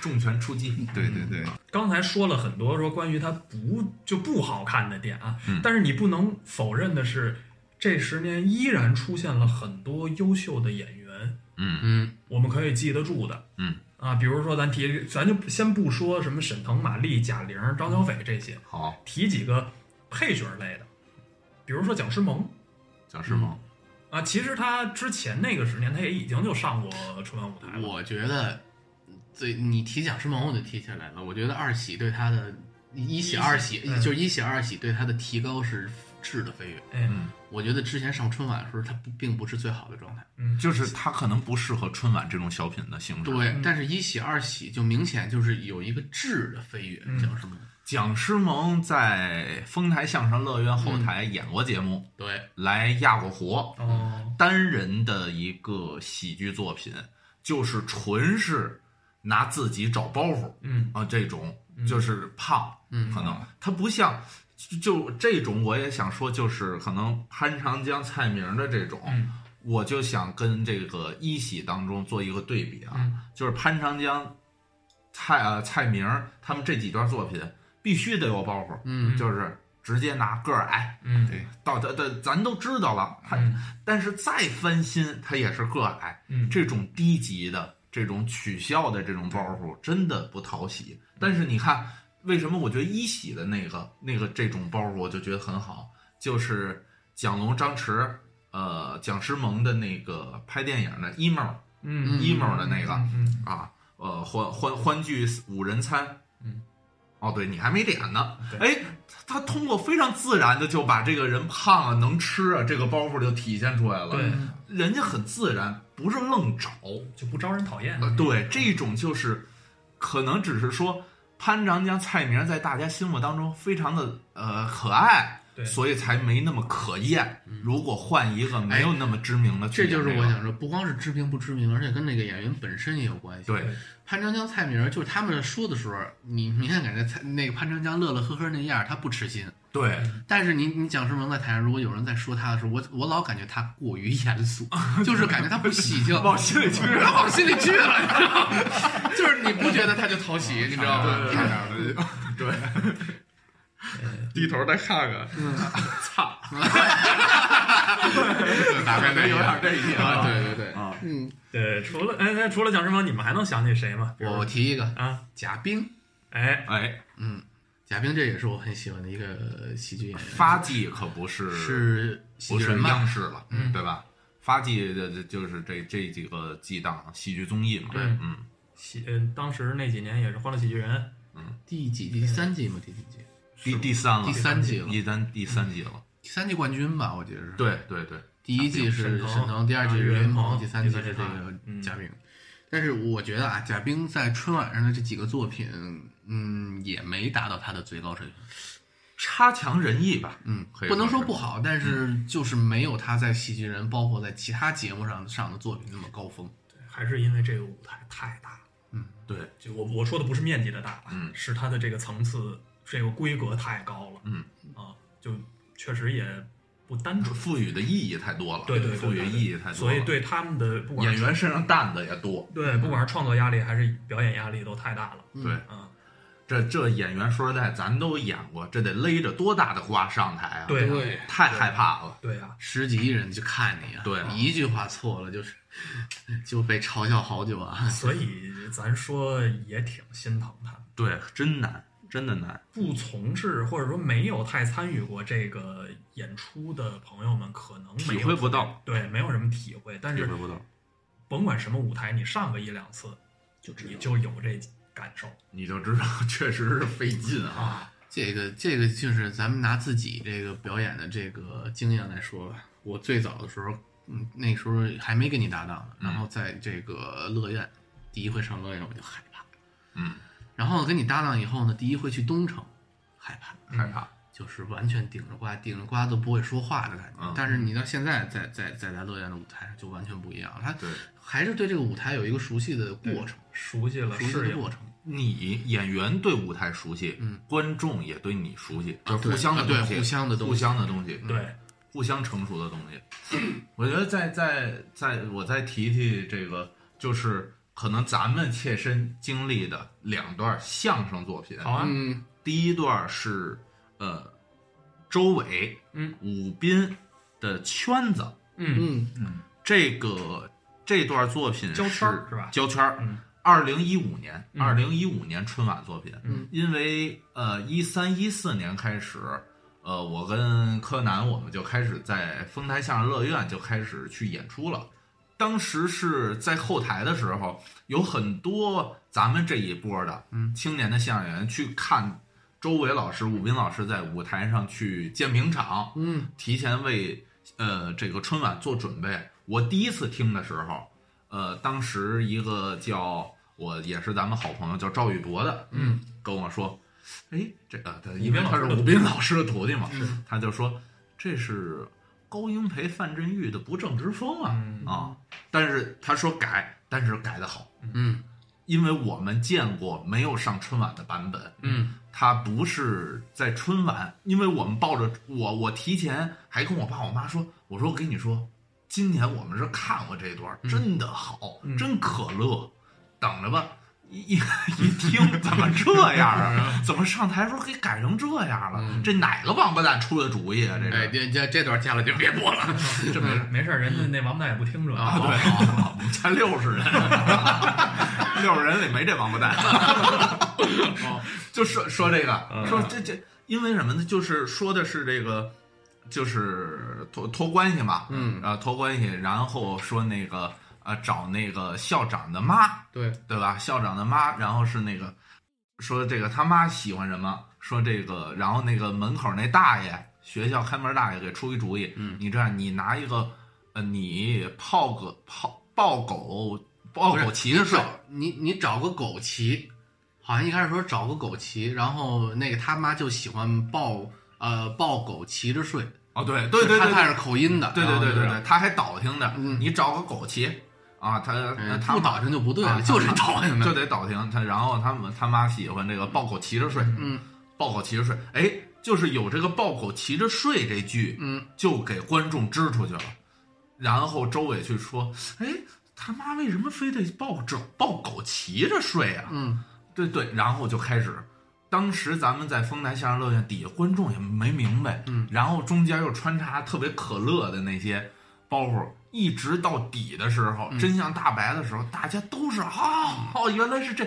S1: 重拳出击，
S5: 对对对，
S4: <laughs> 刚才说了很多说关于它不就不好看的点啊，
S1: 嗯
S4: 但是你不能否认的是，这十年依然出现了很多优秀的演员，
S1: 嗯
S2: 嗯，
S4: 我们可以记得住的。
S1: 嗯
S4: 啊，比如说咱提，咱就先不说什么沈腾、马丽、贾玲、张小斐这些，
S1: 好，
S4: 提几个配角类的，比如说蒋诗萌
S1: 蒋诗萌，
S4: 啊，其实她之前那个十年，她也已经就上过春晚舞台了。
S2: 我觉得最你提蒋诗萌，我就提起来了。我觉得二喜对他的一喜二喜，
S4: 嗯
S2: 就是一喜二喜对他的提高是质的飞跃。
S4: 哎，
S1: 嗯
S2: 我觉得之前上春晚的时候，他不并不是最好的状态。
S4: 嗯，
S1: 就是他可能不适合春晚这种小品的形式。，
S2: 对
S4: 嗯，
S2: 但是一喜二喜就明显就是有一个质的飞跃
S4: 嗯，
S2: 蒋诗萌。
S1: 蒋诗萌在丰台相声乐园后台演过节目，
S2: 对，
S1: 来压过活，
S4: 哦，
S1: 单人的一个喜剧作品，就是纯是拿自己找包袱
S4: 嗯，
S1: 啊，这种
S4: 嗯
S1: 就是胖，
S2: 嗯
S1: 可能他不像。就就这种，我也想说，就是可能潘长江、蔡明的这种，
S4: 嗯
S1: 我就想跟这个一喜当中做一个对比啊，
S4: 嗯
S1: 就是潘长江、蔡呃蔡明儿他们这几段作品必须得有包袱，
S2: 嗯
S1: 就是直接拿个儿矮
S4: 嗯，
S5: 对
S1: 到咱咱咱都知道了，他、
S4: 嗯
S1: 但是再翻新他也是个矮，
S4: 嗯，
S1: 这种低级的这种取笑的这种包袱真的不讨喜。但是你看，为什么我觉得一喜的那个那个这种包袱我就觉得很好，就是蒋龙、张弛。呃，蒋诗萌的那个拍电影的 emo
S4: 嗯
S1: emo 的那个，
S4: 嗯
S1: 啊，呃，欢欢欢聚五人餐，
S4: 嗯，
S1: 哦，对你还没点呢，
S4: 对
S1: 哎，他通过非常自然的就把这个人胖啊、能吃啊这个包袱就体现出来了，
S4: 对，
S1: 人家很自然，不是愣找，
S4: 嗯就不招人讨厌。
S1: 呃，对，这种就是可能只是说潘长江、蔡明在大家心目当中非常的呃可爱。
S4: 对
S1: 所以才没那么可厌。如果换一个没有那么知名的去
S2: 哎这
S1: 演这
S2: 就
S1: 个，
S2: 是我想说，不光是知名不知名，而且跟那个演员本身也有关系。
S1: 对，
S2: 潘长江、蔡明儿就是他们说的时候，你明显感觉蔡那个潘长江乐乐呵呵那样儿，他不吃心。
S1: 对，
S2: 但是你你蒋诗萌在台上，如果有人在说他的时候，我我老感觉他过于严肃，就是感觉他不喜庆，
S1: 往心里去
S2: 他往心里去了，你知道吗？就是你不觉得他就讨喜，你知道吗？
S1: 差点儿了，对，低头再看看，操，大概得有点这意思
S2: 啊，
S1: 啊。
S2: 对对对，
S1: 啊，
S2: 嗯，
S4: 对，除了哎哎，除了蒋诗萌，你们还能想起谁吗？比如
S2: 我提一个
S4: 啊，
S2: 贾冰，
S4: 哎，
S1: 哎，
S2: 嗯，贾冰这也是我很喜欢的一个喜剧演员，
S1: 发迹可不是
S2: 是喜
S1: 不
S2: 剧人
S1: 是
S2: 吧
S1: 央？视了，
S4: 嗯
S1: 对吧？发迹的就是这这几个季档戏剧综艺嘛，
S4: 对
S1: 嗯，
S4: 喜嗯，当时那几年也是《欢乐喜剧人》
S2: 第几季？第三季吗？第几季？
S1: 第第三了，
S2: 第三季了，嗯
S1: 第三第三季了，
S2: 第三季冠军吧，我记得是。
S1: 对对对，
S2: 第一季
S4: 沈
S2: 是
S4: 腾
S2: 沈腾，第二季是
S4: 岳
S2: 岳
S4: 云
S2: 云
S4: 鹏
S2: 鹏，第三季
S4: 第
S2: 是这
S4: 三季
S2: 个
S4: 嗯
S2: 贾冰。但是我觉得啊，贾冰在春晚上的这几个作品，嗯，也没达到他的最高水平。
S1: 差强人意吧，
S2: 嗯
S1: 可以，
S2: 不能
S1: 说
S2: 说
S1: 是
S2: 不好，嗯但是就是没有他在喜剧人，包括在其他节目上上的作品那么高峰。
S4: 还是因为这个舞台太大了。
S1: 嗯对，
S4: 就我我说的不是面积的大，
S1: 嗯
S4: 是它的这个层次、这个规格太高了。
S1: 嗯
S4: 啊，就确实也不单纯，
S1: 赋予的意义太多了，
S4: 对对对
S1: 赋予意义太多了，
S4: 所以对他们的不管
S1: 演
S4: 是
S1: 员身上担子也多，
S4: 对不管是创作压力还是表演压力都太大了。
S2: 嗯
S1: 对。
S4: 啊，
S1: 这这演员说实在，咱都演过，这得勒着多大的瓜上台啊？
S4: 对啊
S2: 对
S1: 太害怕了。
S4: 对啊，
S2: 十几亿人就看你啊，
S1: 对啊
S2: 你一句话错了就是就被嘲笑好久啊。
S4: <laughs> 所以咱说也挺心疼他们。
S1: 对，真难，真的难。
S4: 不从事或者说没有太参与过这个演出的朋友们，可能没有
S1: 体会不到，
S4: 对，没有什么体会。但是
S1: 不到，
S4: 甭管什么舞台，你上个一两次，就你就有这感受
S1: 你就知道 <laughs> 确实是费劲啊。
S4: 啊。
S2: 这个这个就是咱们拿自己这个表演的这个经验来说吧。我最早的时候，嗯，那时候还没跟你搭档呢，
S1: 嗯
S2: 然后在这个乐苑，第一回上高原我就害怕，
S1: 嗯，
S2: 然后跟你搭档以后呢，第一回去东城，害怕，
S1: 害怕，
S2: 就是完全顶着瓜，顶着瓜都不会说话的感觉。
S1: 嗯
S2: 但是你到现在在在在咱乐园的舞台上就完全不一样，他
S1: 对
S2: 还是对这个舞台有一个熟悉的过程，
S4: 熟悉了
S2: 熟悉
S4: 适
S2: 的
S4: 应
S2: 过
S4: 了，
S2: 程。
S1: 你演员对舞台熟悉，
S2: 嗯，
S1: 观众也对你熟悉，
S2: 啊
S1: 这
S2: 对
S1: 互相的
S2: 啊对
S1: 东西
S2: 互相的东西
S1: 互相的东西，
S4: 对，
S1: 互相成熟的东西。我觉得再再再，我再提提这个，就是可能咱们切身经历的两段相声作品。
S4: 好啊，
S2: 嗯，
S1: 第一段是呃，周伟，
S4: 嗯，
S1: 武斌的圈子，
S4: 嗯，
S2: 嗯，
S1: 这个这段作品
S4: 交圈儿
S1: 是
S4: 是吧
S1: 交圈儿
S4: 嗯，
S1: 二零一五年，
S4: 嗯
S1: 二零一五年春晚作品，
S4: 嗯
S1: 因为呃一三一四年开始，呃，我跟柯南我们就开始在丰台相声乐院就开始去演出了。当时是在后台的时候，有很多咱们这一波的
S2: 嗯
S1: 青年的相声演员去看周伟老师、武斌老师在舞台上去建名场，
S2: 嗯，
S1: 提前为呃这个春晚做准备。我第一次听的时候，呃，当时一个叫我也是咱们好朋友叫赵宇博的，
S4: 嗯，
S1: 跟我说，哎，这个他
S4: 斌
S1: 因为他是
S4: 老师的
S1: 武斌老师的徒弟嘛，
S4: 嗯
S1: 他就说这是高英培、范振钰的不正之风啊、
S4: 嗯
S1: 啊！但是他说改，但是改的好，
S2: 嗯，
S1: 因为我们见过没有上春晚的版本，
S2: 嗯，
S1: 它不是在春晚，因为我们抱着我，我提前还跟我爸我妈说，我说我跟你说，今年我们是看过这段，真的好，
S4: 嗯
S1: 真可乐，等着吧。一一
S2: <laughs>
S1: 一听怎么这样啊？怎么上台时候给改成这样了？
S2: 嗯
S1: 这哪个王八蛋出的主意啊？这
S2: 哎，
S1: 是
S2: 这这这段加了就别播 <laughs> 了。
S1: 这没事
S4: 没事儿，人家那王八蛋也不听着
S1: 嗯啊？
S4: <laughs>
S1: 对，我们才 <laughs> 六十人，六十人里没这王八蛋。就说说这个，说这这，因为什么呢？就是说的是这个，就是托托关系嘛，
S2: 嗯，
S1: 啊，托关系，然后说那个啊，找那个校长的妈，
S2: 对，
S1: 对吧？校长的妈，然后是那个说这个他妈喜欢什么，说这个，然后那个门口那大爷，学校看门大爷给出一主意，
S2: 嗯
S1: 你这样，你拿一个，呃，你泡个泡抱狗抱
S2: 不是
S1: <laughs> 狗骑着
S2: 你
S1: 睡，
S2: 找你你找个狗骑，好像一开始说找个狗骑，然后那个他妈就喜欢抱呃抱狗骑着睡，
S1: 哦，对对对
S2: 他
S1: 对
S2: 他是口音的，
S1: 对对
S2: 然后
S1: 对
S2: 就是
S1: 对对，他还倒腾的，
S2: 嗯
S1: 你找个狗骑啊，他那
S2: 嗯
S1: 他
S2: 不倒腾就不对
S1: 啊
S2: 了，就是倒腾
S1: 就
S2: 的。
S1: 得倒腾他，然后他们他妈喜欢这个抱狗骑着睡，
S2: 嗯
S1: 抱狗骑着睡，哎，就是有这个抱狗骑着睡这句，
S2: 嗯，
S1: 就给观众支出去了，然后周伟去说，哎，他妈为什么非得抱着抱狗骑着睡啊？
S2: 嗯，
S1: 对对，然后就开始。当时咱们在丰台相声乐园底下，观众也没明白，
S2: 嗯，
S1: 然后中间又穿插特别可乐的那些包袱，一直到底的时候，真相大白的时候，大家都是啊，哦，原来是这，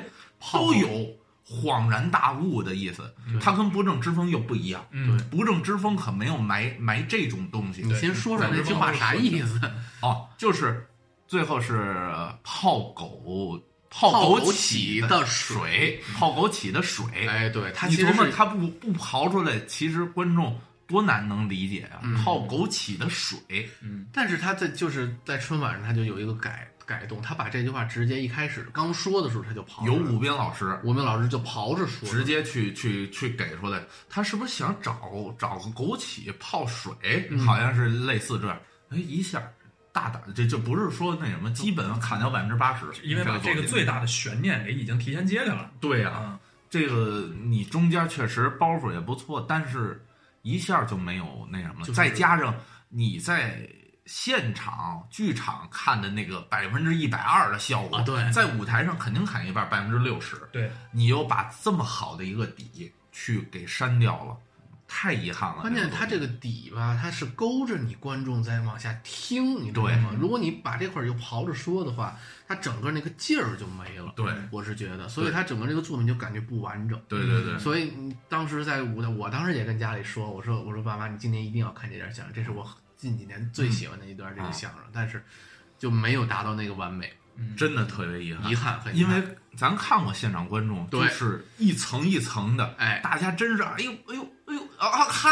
S1: 都有恍然大悟的意思。它跟不正之风又不一样，
S4: 嗯，
S1: 不正之风可没有埋埋这种东西，
S2: 你先说说
S4: 对
S2: 这句话啥意
S1: <laughs>
S2: 思？
S1: 哦，就是最后是泡狗
S2: 泡
S1: 泡
S2: 枸
S1: 起
S2: 杞
S1: 的
S2: 的水，
S1: 泡枸杞的水。
S2: 哎，对，他
S1: 你
S2: 其实
S1: 琢磨
S2: 是
S1: 他不不刨出来，其实观众多难能理解啊！
S2: 嗯
S1: 泡枸杞的水，
S2: 但是他在就是在春晚上他就有一个改改动，他把这句话直接一开始刚说的时候他就刨出
S1: 有
S2: 来了
S1: 武斌老师
S2: 我们老师就刨着哦说，
S1: 直接去去去给出来，他是不是想找找个枸杞泡水？
S2: 嗯
S1: 好像是类似这样，哎，一下大胆，这就不是说那什么，基本砍掉百分之八十，
S4: 因为把这
S1: 这作
S4: 个
S1: 品
S4: 最大的悬念给已经提前揭开了
S1: 对呀、
S4: 啊，
S1: 这个你中间确实包袱也不错，但是一下就没有那什么了。
S2: 就是
S1: 再加上你在现场剧场看的那个百分之一百二的效果，
S2: 啊对
S1: 在舞台上肯定砍一半，百分之六十，
S4: 对，
S1: 你又把这么好的一个底去给删掉了，太遗憾了。
S2: 关键他这
S1: 个
S2: 个底吧，他是勾着你观众在往下听，你知道吗？如果你把这块儿又刨着说的话，他整个那个劲儿就没了。
S1: 对
S2: 我是觉得，所以他整个这个作品就感觉不完整。
S1: 作品，对对对，
S2: 所以你当时在舞台，我当时也跟家里说，我说我说爸妈，你今年一定要看这段相声，这是我近几年
S1: 嗯
S2: 最喜欢的一段这
S1: 啊
S2: 个相声，但是就没有达到那个完美，
S4: 嗯
S1: 真的特别遗憾。
S2: 遗憾很遗
S1: 啊因
S2: 憾
S1: 为咱看过现场观众，就
S2: 对
S1: 是一层一层的，
S2: 哎
S1: 大家真是哎呦哎呦哎呦啊嗨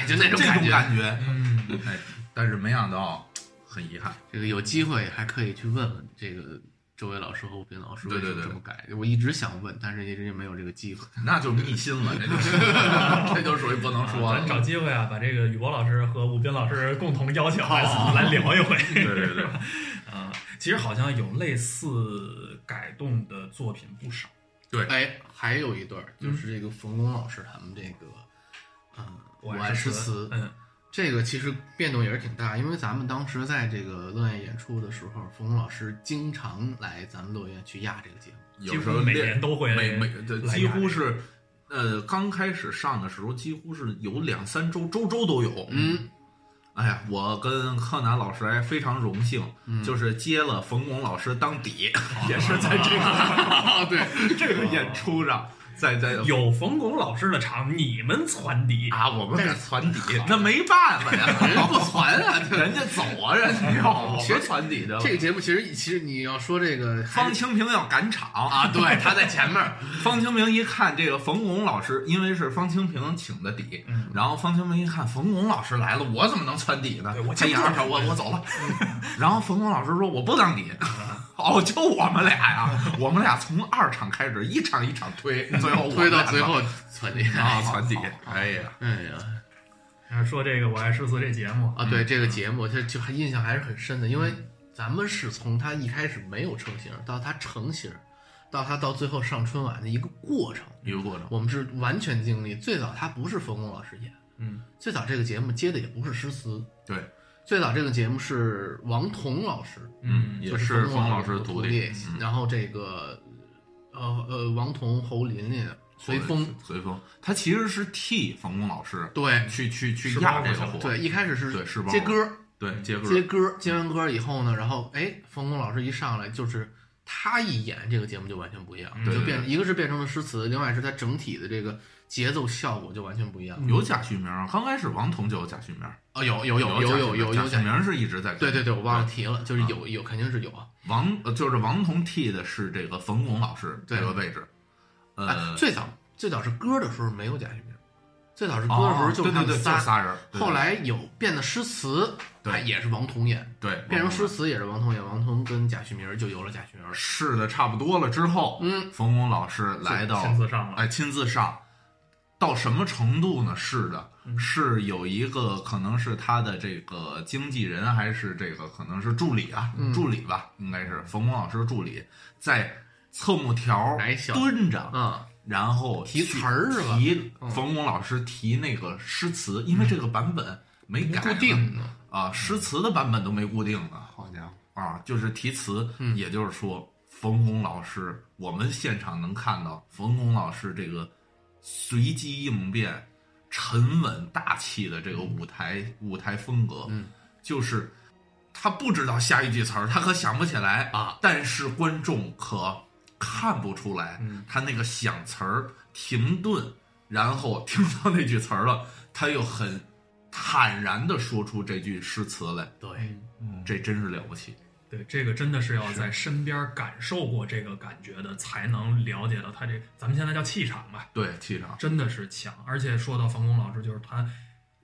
S2: 嗨，就那种
S1: 这
S2: 感
S1: 种
S2: 觉
S1: 感觉，
S4: 嗯，
S1: 哎，但是没想到，很遗憾，
S2: 这个有机会还可以去问问这个周伟老师和吴平老师
S1: 对
S2: 为
S1: 对
S2: 什么
S1: 对
S2: 这么改，我一直想问，但是一直没有这个机会。 <laughs>
S1: 那就逆心了，这就是 <laughs> 这就属于不能说
S4: 咱找
S1: 了。
S4: 机会啊，把这个宇博老师和吴斌老师共同邀请来来聊一回。
S1: 哦对对对，
S4: 啊，其实好像有类似改动的作品不少。
S2: 哎，还有一段儿就是这个冯巩老师他们这个，嗯，我爱诗词，
S4: 嗯
S2: 这个其实变动也是挺大，因为咱们当时在这个乐院演出的时候，冯巩老师经常来咱们乐院去压这个节目。
S1: 有时候
S4: 几乎每
S1: 练
S4: 年都会
S1: 每每这
S4: 来
S1: 几
S4: 压
S1: 乎
S4: 这
S1: 是，呃，刚开始上的时候几乎是有两三周，周周都有。
S2: <laughs> 嗯，
S1: 哎呀，我跟柯南老师还非常荣幸，就是接了冯巩老师当底，也是在这
S2: 啊
S1: 个对这个演出上，在在
S4: 有冯巩老师的场，你们传笛，
S1: 啊，我们在攒 <laughs> 底，那没办法 <laughs> 呀，人家不攒啊， <laughs> 人家走啊，人 <laughs> 家要我们攒底的。
S2: 这个节目其实其实你要说这个
S1: 方
S2: 还
S1: 清平要赶场啊，对，他在前面。方清平一看这个冯巩老师，因为是方清平请的底，
S4: 嗯
S1: 然后方清平一看冯巩老师来了，我怎么能穿底呢
S4: 对？我
S1: 他
S4: 先
S1: 一二
S4: 坐
S1: 条，我我走了。然后冯巩老师说我不当底，哦，就我们俩呀，我们俩从二场开始，一场一场推，最后我
S2: <laughs> 推到
S1: 们俩
S2: 最后存的。
S1: 啊，传底，哎呀。
S2: 哎呀
S4: 啊说这个《我爱诗词》这节目，
S2: 啊，
S1: 嗯
S2: 对这个节目，这就还印象还是很深的，因为咱们是从它一开始没有成型，到它成型，到它到最后上春晚的一个过程。
S1: 一个过程。
S2: 我们是完全经历。最早他不是冯巩老师演，
S4: 嗯，
S2: 最早这个节目接的也不是诗词，
S1: 对，
S2: 最早这个节目是王彤老师，
S4: 嗯
S1: 也
S2: 就是冯
S1: 冯老
S2: 师
S1: 师
S2: 的
S1: 徒
S2: 弟
S1: 弟，，嗯
S2: 然后这个呃呃王彤、侯琳琳、随风，
S1: 随风，他其实是替冯巩老师
S2: 对
S1: 去去去
S4: 是
S1: 压
S4: 包
S1: 这
S4: 袱
S1: 个
S4: 小
S1: 火，
S2: 对，一开始是
S1: 对是包
S2: 接
S1: 袱
S2: 歌儿
S1: 对接歌
S2: 接歌儿，接完歌儿以后呢，然后哎，冯巩老师一上来就是。他一演这个节目就完全不一样，
S4: 嗯
S2: 就
S1: 对
S2: 变一个是变成了诗词，另外是它整体的这个节奏效果就完全不一样。
S1: 有贾旭明，刚开始王嗯彤就有贾旭明，
S2: 哦，有有有有有有
S1: 贾
S2: 有
S1: 旭
S2: 讲
S1: 明是一直在
S2: 对对对，我忘了
S1: 对
S2: 提了，就是有有肯定是有啊。
S1: 王呃就是王彤替的是这个冯巩老师
S2: 对
S1: 这个位置，
S2: 哎，
S1: 呃，
S2: 最早最早是歌的时候没有贾旭明，最早是歌的时候
S1: 哦
S2: 就
S1: 对
S2: 是他
S1: 对对
S2: 们
S1: 就
S2: 仨，
S1: 仨人，对
S2: 后来有变得诗词，
S1: 对
S2: 哎也是王彤演，
S1: 对
S2: 变成诗
S1: 师
S2: 词也是王彤演，王彤跟贾旭明就有了贾旭明了。
S1: 试的差不多了之后，
S2: 嗯，
S1: 冯巩老师来到
S4: 亲自上了，
S1: 哎，亲自上，到什么程度呢？是的，
S4: 嗯
S1: 是有一个可能是他的这个经纪人，还是这个可能是助理啊，
S2: 嗯
S1: 助理吧，应该是冯巩老师的助理，在侧幕条
S2: 来哎小
S1: 蹲着，
S2: 啊，
S1: 然后
S2: 提
S1: 去
S2: 词儿是吧
S1: 提
S2: 嗯
S1: 冯巩老师提那个诗词，因为这个版本没改呢
S2: 固定的
S1: 啊，诗词的版本都没固定呢。
S5: 好家伙，
S1: 啊，就是题词，
S2: 嗯
S1: 也就是说，冯巩老师，我们现场能看到冯巩老师这个随机应变、沉稳大气的这个舞台舞台风格，
S2: 嗯，
S1: 就是他不知道下一句词儿，他可想不起来
S2: 啊，
S1: 但是观众可看不出来，
S4: 嗯
S1: 他那个想词儿停顿，然后听到那句词儿了，他又很坦然的说出这句诗词来，
S2: 对，
S5: 嗯，
S1: 这真是了不起。
S4: 对，这个真的是要在身边感受过这个感觉的，才能了解到他这，咱们现在叫气场吧，
S1: 对，气场。
S4: 真的是强。而且说到冯巩老师，就是他，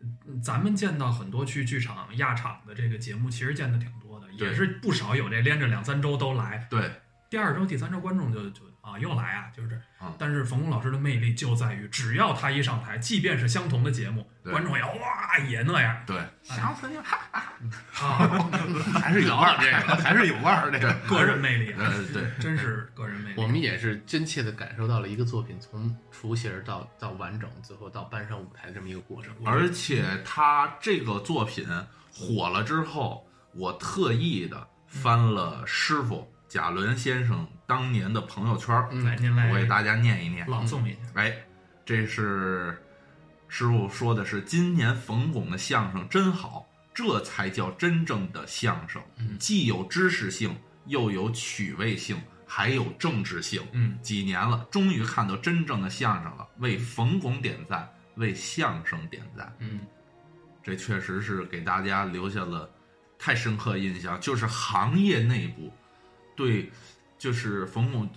S4: 嗯咱们见到很多去剧场压场的这个节目，其实见的挺多的，也
S1: 对
S4: 是不少有这连着两三周都来，
S1: 对，
S4: 第二周、第三周观众就就啊又来啊，就是这
S1: 嗯。
S4: 但是冯巩老师的魅力就在于，只要他一上台，即便是相同的节目，
S1: 对
S4: 观众也哇也那样
S1: 对，想死你！哈 <laughs>
S4: 啊，
S5: 还是有味儿，这个 <laughs> 还是有味儿，这个
S4: 个人魅力啊，
S1: 呃，对，
S4: 真是个人魅力。
S2: 我们也是真切的感受到了一个作品从雏形儿到到完整，最后到搬上舞台的这么一个过程。
S1: 而且他这个作品火了之后，我特意的翻了师傅贾伦先生当年的朋友圈儿，
S4: 来，您
S5: 嗯
S4: 来
S1: 我给大家念一念。
S4: 朗诵一下。
S1: 哎，这是师傅说的是今年冯巩的相声真好，这才叫真正的相声，
S2: 嗯
S1: 既有知识性，又有趣味性，还有政治性。
S4: 嗯，
S1: 几年了，终于看到真正的相声了，为冯巩点赞，为相声点赞。
S2: 嗯，
S1: 这确实是给大家留下了太深刻印象，就是行业内部对，就是冯巩，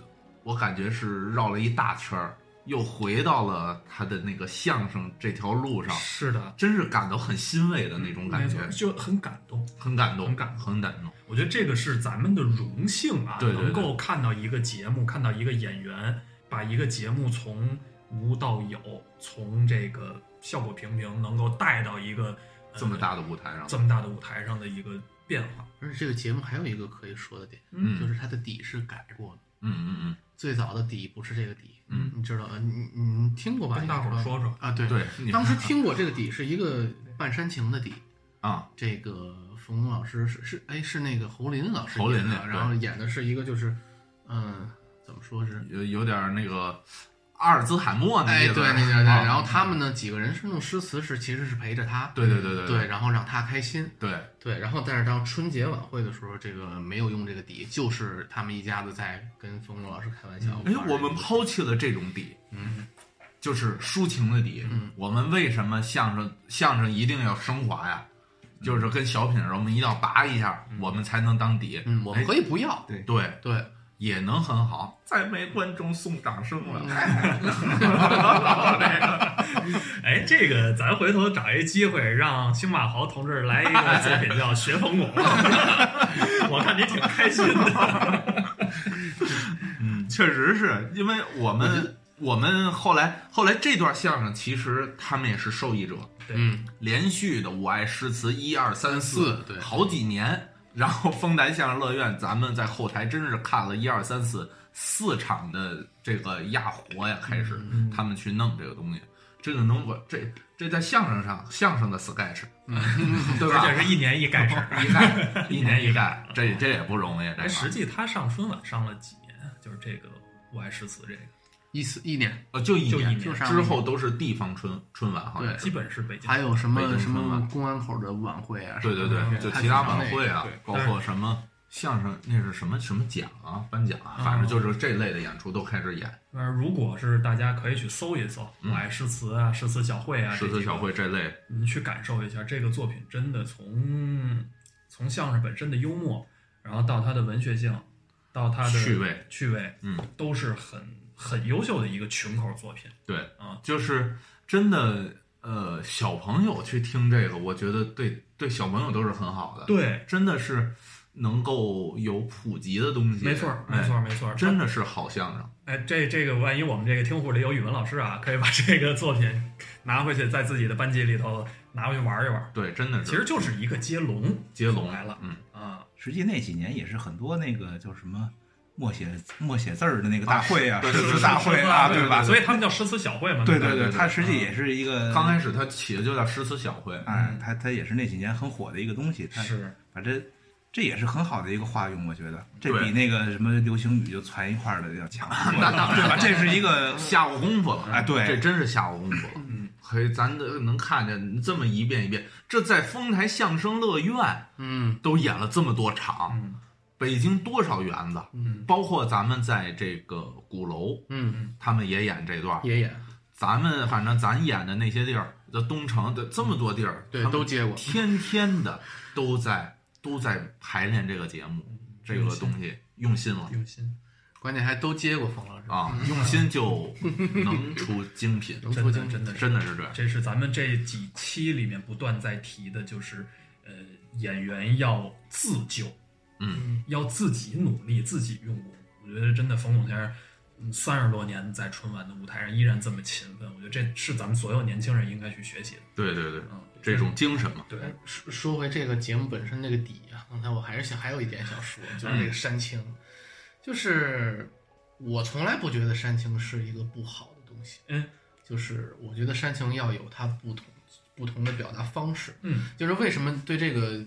S1: 我感觉是绕了一大圈儿，又回到了他的那个相声这条路上，
S4: 是的，
S1: 真是感到很欣慰的那种感觉
S4: 嗯没错，就很感动。
S1: 很感动，
S4: 很感动
S1: 很感动。
S4: 我觉得这个是咱们的荣幸啊，
S1: 对对对
S4: 能够看到一个节目，看到一个演员把一个节目从无到有，从这个效果平平，能够带到一个、呃
S1: 这么大的舞台上，
S4: 这么大的舞台上的一个变化。
S2: 而且这个节目还有一个可以说的点，
S1: 嗯
S2: 就是它的底是改过的，
S1: 嗯嗯嗯，
S2: 最早的底不是这个底，
S1: 嗯，
S2: 你知道，呃，你你你听过吧？
S4: 跟大伙儿说说
S2: 啊，对
S1: 对，你
S2: 当时听过这个底是一个半煽情的底，
S1: 啊，
S2: 这个冯巩老师是是哎是那个侯林老师
S1: 侯林
S2: 演的
S1: 那个
S2: 然后演的是一个就是，嗯，怎么说是？
S1: 有有点那个阿尔兹海默那
S2: 哎，
S1: 意思，
S2: 对，那个，
S1: 啊
S2: 对然后他们呢几个人是弄诗词是其实是陪着他，
S1: 对对对对
S2: 对，然后让他开心，
S1: 对
S2: 对，然后但是到春节晚会的时候，这个没有用这个底，就是他们一家子在跟冯巩老师开玩笑。
S1: 哎，我们抛弃了这种底，嗯，就是抒情的底。
S2: 嗯
S1: 我们为什么相声相声一定要升华呀？就是跟小品儿，我们一定要拔一下，我们才能当底。
S2: 嗯，我们可以不要，
S5: 对
S1: 对，
S2: 对，
S1: 也能很好。再没观众送掌声了，
S4: 哎，这个咱回头找一机会，让星马豪同志来一个作品叫《学冯
S1: <laughs>
S4: 巩》，我看你挺开心的。
S1: <laughs>
S2: 嗯
S1: 确实是因为我们我们后来后来这段相声，其实他们也是受益者，
S2: 嗯，
S1: 连续的我爱诗词一二三四
S2: 四，对
S1: 好几年。然后丰台相声乐院，咱们在后台真是看了一二三四四场的这个压活呀，开始他们去弄这个东西，这个能我这这在相声上相声的 sketch，对 <laughs>
S4: 嗯而
S1: 吧？
S4: 且是一
S1: <laughs>
S4: 年一改事儿。
S1: 一盖一年一盖，这这也不容易，这
S4: 哎，
S1: 个
S4: 实际他上春晚上了几年？就是这个《我爱诗词》这个，
S2: 一四一年，
S1: 呃就一
S4: 就一
S1: 年，
S4: 年
S2: 就上
S1: 之后都是地方春春晚，好像
S2: 对
S4: 基本是北京。
S2: 还有什
S1: 北
S2: 么
S1: 京
S2: 什
S1: 春
S2: 么
S1: 晚
S2: 公安口的晚会啊，
S1: 对对对，
S2: 嗯
S1: 就
S2: 他
S1: 其他晚会啊
S4: 对，
S1: 包括什么相声，那是什么什么奖啊，颁奖啊，反正
S4: 嗯
S1: 就是这类的演出都开始演，
S4: 呃，如果是大家可以去搜一搜《我爱诗词》啊，《诗词小会》啊，
S1: 嗯诗词小会这类，
S4: 你去感受一下这个作品，真的从从相声本身的幽默，然后到它的文学性，到它的
S1: 趣味
S4: 趣味，
S1: 嗯，
S4: 都是很很优秀的一个群口作品。
S1: 对
S4: 啊，
S1: 就是真的，呃，小朋友去听这个，我觉得对对小朋友都是很好的，，
S4: 对，
S1: 真的是能够有普及的东西，
S4: 没错儿，没
S1: 哎
S4: 错儿，没错儿，
S1: 真的是好相声，
S4: 哎，这这个万一我们这个听户里有语文老师啊，可以把这个作品拿回去，在自己的班级里头拿回去玩一玩。
S1: 对，真的
S4: 其实
S1: 是
S4: 就是一个接龙
S1: 接龙
S4: 来了
S1: 嗯，
S4: 啊，
S5: 实际那几年也是很多那个叫什么默写默写字儿的那个大会啊，诗词大会啊，
S4: 对
S5: 吧？
S4: 所以他们叫诗词小会嘛。
S5: 对
S4: 对吧
S1: 对对
S5: 对，它实际也是一个
S1: 刚开始它起的就叫诗词小会，
S5: 哎，它它也是那几年很火的一个东西，它
S4: 是
S5: 反正这也是很好的一个化用，我觉得这
S1: 对
S5: 比那个什么流行语就攒一块儿的要强，
S4: 嗯
S1: 那当然
S5: 对吧？这是
S1: <laughs>
S5: 一个
S1: 下过功夫了
S5: 哎对
S1: 嗯这真是下过功夫了。
S4: 嗯，
S1: 嘿，咱这能看见这么一遍一遍，这在丰台相声乐院
S2: 嗯
S1: 都演了这么多场，
S4: 嗯
S1: 北京多少园子，
S4: 嗯，
S1: 包括咱们在这个鼓楼，
S2: 嗯，
S1: 他们也演这段。
S2: 爷爷，
S1: 咱们反正咱演的那些地儿，这东城的这么多地儿，
S2: 对
S1: 他，们
S2: 都接过，
S1: 天天的都在都在排练这个节目，
S4: 嗯
S1: 这个东西用心了
S4: 啊用心，
S2: 关键还都接过冯老师，
S1: 啊，用心就能出精品，
S2: 能
S4: 真
S2: 出
S4: 的
S2: 京
S4: 真的是
S1: 真的是这样。
S4: 这是咱们这几期里面不断在提的，就是呃，演员要自救，
S1: 嗯，
S4: 要自己努力，自己用功。我觉得真的，冯巩先生嗯三十多年在春晚的舞台上依然这么勤奋，我觉得这是咱们所有年轻人应该去学习的。
S1: 对对对，
S4: 嗯，
S1: 这种精神嘛。
S4: 对，
S2: 哎说说回这个节目本身这个底啊，刚才我还是想还有一点想说，就是这
S4: 嗯
S2: 个煽情，就是我从来不觉得煽情是一个不好的东西，
S4: 嗯，
S2: 就是我觉得煽情要有它不同不同的表达方式，
S4: 嗯，
S2: 就是为什么对这个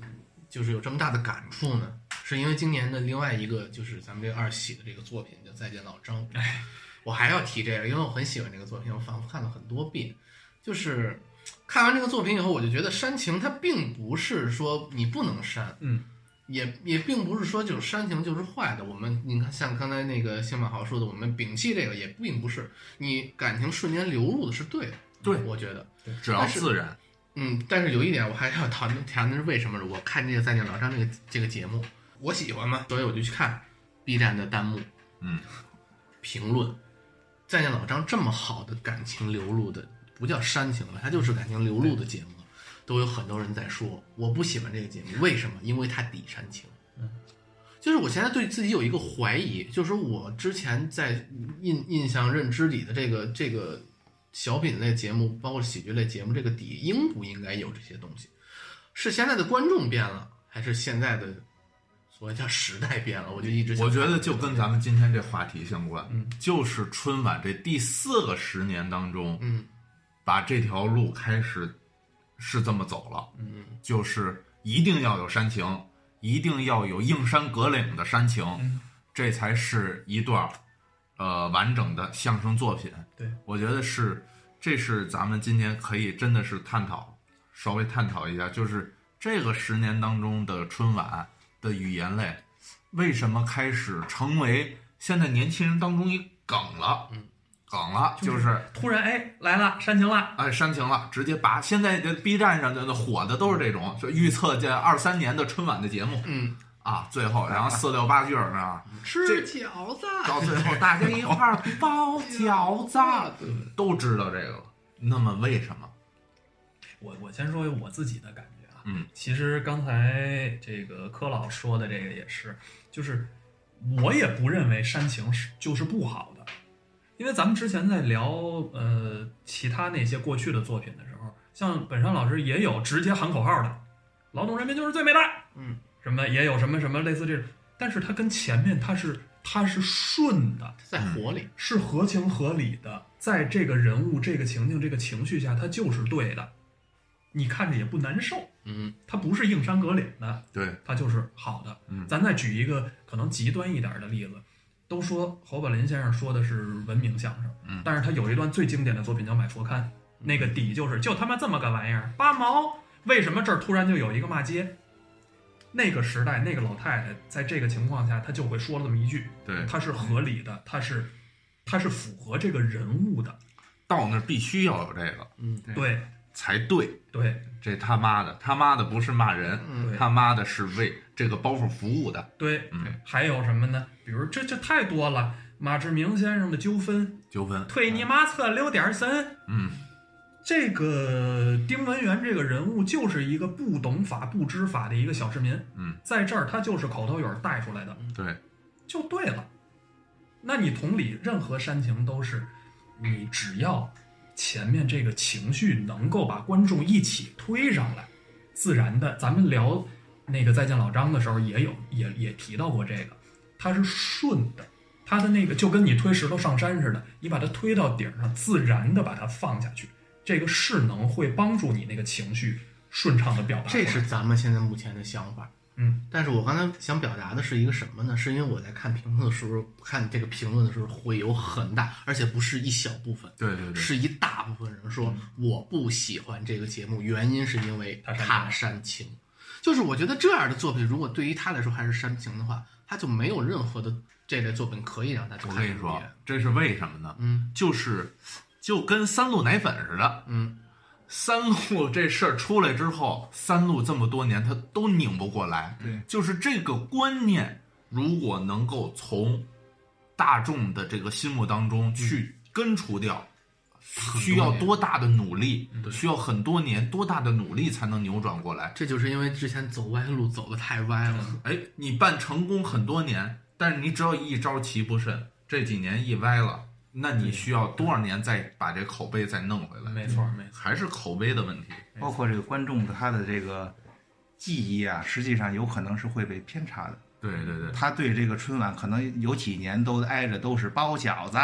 S2: 就是有这么大的感触呢？是因为今年的另外一个就是咱们这个二喜的这个作品叫《再见老张》，
S4: 哎
S2: 我还要提这个，因为我很喜欢这个作品，我反复看了很多遍。就是看完这个作品以后，我就觉得煽情它并不是说你不能煽，
S4: 嗯，
S2: 也也并不是说就是煽情就是坏的。我们你看，像刚才那个谢马豪说的，我们摒弃这个也并不是，你感情瞬间流入的是对的，
S1: 对
S2: 我觉得，
S1: 只要自然，
S2: 嗯，但是有一点我还要谈谈的是为什么？我看这个《再见老张》这个这个节目，我喜欢嘛，所以我就去看 B 站的弹幕，
S1: 嗯，
S2: 评论，再见老张这么好的感情流露的，不叫煽情了，它就是感情流露的节目，都有很多人在说我不喜欢这个节目，为什么？因为它抵煽情。
S1: 嗯
S2: 就是我现在对自己有一个怀疑，就是说我之前在印印象认知里的这个这个小品类节目，包括喜剧类节目，这个底应不应该有这些东西？是现在的观众变了，还是现在的所谓叫时代变了？我就一直想
S1: 我觉得就跟咱们今天这话题相关，
S4: 嗯
S1: 就是春晚这第四个十年当中，
S2: 嗯
S1: 把这条路开始是这么走了，
S2: 嗯
S1: 就是一定要有煽情，一定要有映山隔岭的煽情，
S4: 嗯
S1: 这才是一段儿呃完整的相声作品。
S4: 对，
S1: 我觉得是，这是咱们今天可以真的是探讨，稍微探讨一下，就是这个十年当中的春晚的语言类，为什么开始成为现在年轻人当中一梗了？
S2: 嗯，
S1: 梗了，
S4: 就
S1: 就是是
S4: 突然哎来了，煽情了，
S1: 哎，煽情了，直接拔。现在这 B 站上的火的都是这种，就预测这二三年的春晚的节目
S2: 嗯，
S1: 啊，最后然后四六八句儿
S2: <laughs>
S1: 啊，
S2: 吃饺子，
S1: 到最后大家一块儿包饺子，
S2: 对
S1: 都知道这个了。那么为什么？
S4: 我我先说我自己的感觉啊，
S1: 嗯，
S4: 其实刚才这个柯老说的这个也是，就是我也不认为煽情是就是不好的，因为咱们之前在聊呃其他那些过去的作品的时候，像本山老师也有直接喊口号的，劳动人民就是最伟大，
S2: 嗯，
S4: 什么也有什么什么类似这种，但是它跟前面它是它是顺的，
S2: 在火里，
S4: 是合情合理的，在这个人物、这个情境、这个情绪下，它就是对的，你看着也不难受，
S2: 嗯
S4: 它不是硬山隔岭的，
S1: 对，
S4: 它就是好的。
S1: 嗯
S4: 咱再举一个可能极端一点的例子，都说侯宝林先生说的是文明相声，
S1: 嗯
S4: 但是他有一段最经典的作品叫《买佛龛》，那个底就是就他妈这么个玩意儿，八毛，为什么这儿突然就有一个骂街？那个时代，那个老太太在这个情况下，她就会说了这么一句，
S1: 对嗯
S4: 它是合理的，它是它是符合这个人物的，
S1: 到那儿必须要有这个
S2: 嗯
S3: 对
S4: 对
S1: 才对。
S4: 对
S1: 这他妈的，他妈的不是骂人，
S2: 嗯
S4: 对
S1: 他妈的是为这个包袱服务的。
S4: 对。
S1: 嗯，
S4: 还有什么呢？比如这这太多了，马志明先生的纠纷，
S1: 纠纷。
S4: 退你妈侧溜点儿森。
S1: 嗯，
S4: 这个丁文元这个人物就是一个不懂法、不知法的一个小市民，
S1: 嗯，
S4: 在这儿他就是口头语儿带出来的，
S1: 对，
S4: 就对了。那你同理，任何煽情都是，你只要前面这个情绪能够把观众一起推上来，自然的，咱们聊那个再见老张的时候也有也也提到过这个，它是顺的，它的那个就跟你推石头上山似的，你把它推到顶上，自然的把它放下去，这个势能会帮助你那个情绪顺畅的表达出来。
S2: 嗯这是咱们现在目前的想法。
S4: 嗯，
S2: 但是我刚才想表达的是一个什么呢？是因为我在看评论的时候，看这个评论的时候会有很大，而且不是一小部分，
S1: 对对嗯对，
S2: 是一大部分人说我不喜欢这个节目，原因是因为
S4: 它煽情
S2: 它煽情。就是我觉得这样的作品，如果对于他来说还是煽情的话，他就没有任何的这类作品可以让他去
S1: 我
S2: 看
S1: 跟你
S2: 入
S1: 说
S2: 眼，
S1: 这是为什么呢？
S2: 嗯
S1: 就是就跟三鹿奶粉似的，
S2: 嗯，
S1: 三鹿这事儿出来之后，三鹿这么多年他都拧不过来。
S3: 对，
S1: 就是这个观念，如果能够从大众的这个心目当中去根除掉，需要多大的努力，需要很多年多大的努力才能扭转过来。
S2: 这就是因为之前走歪路走的太歪了。
S1: 哎，你办成功很多年，但是你只要一招棋不慎，这几年一歪了，那你需要多少年再把这口碑再弄回来？
S4: 没错没错，
S1: 还是口碑的问题。
S5: 包括这个观众的他的这个记忆啊，实际上有可能是会被偏差的。
S1: 对对对
S5: 他对这个春晚可能有几年都挨着都是包饺子，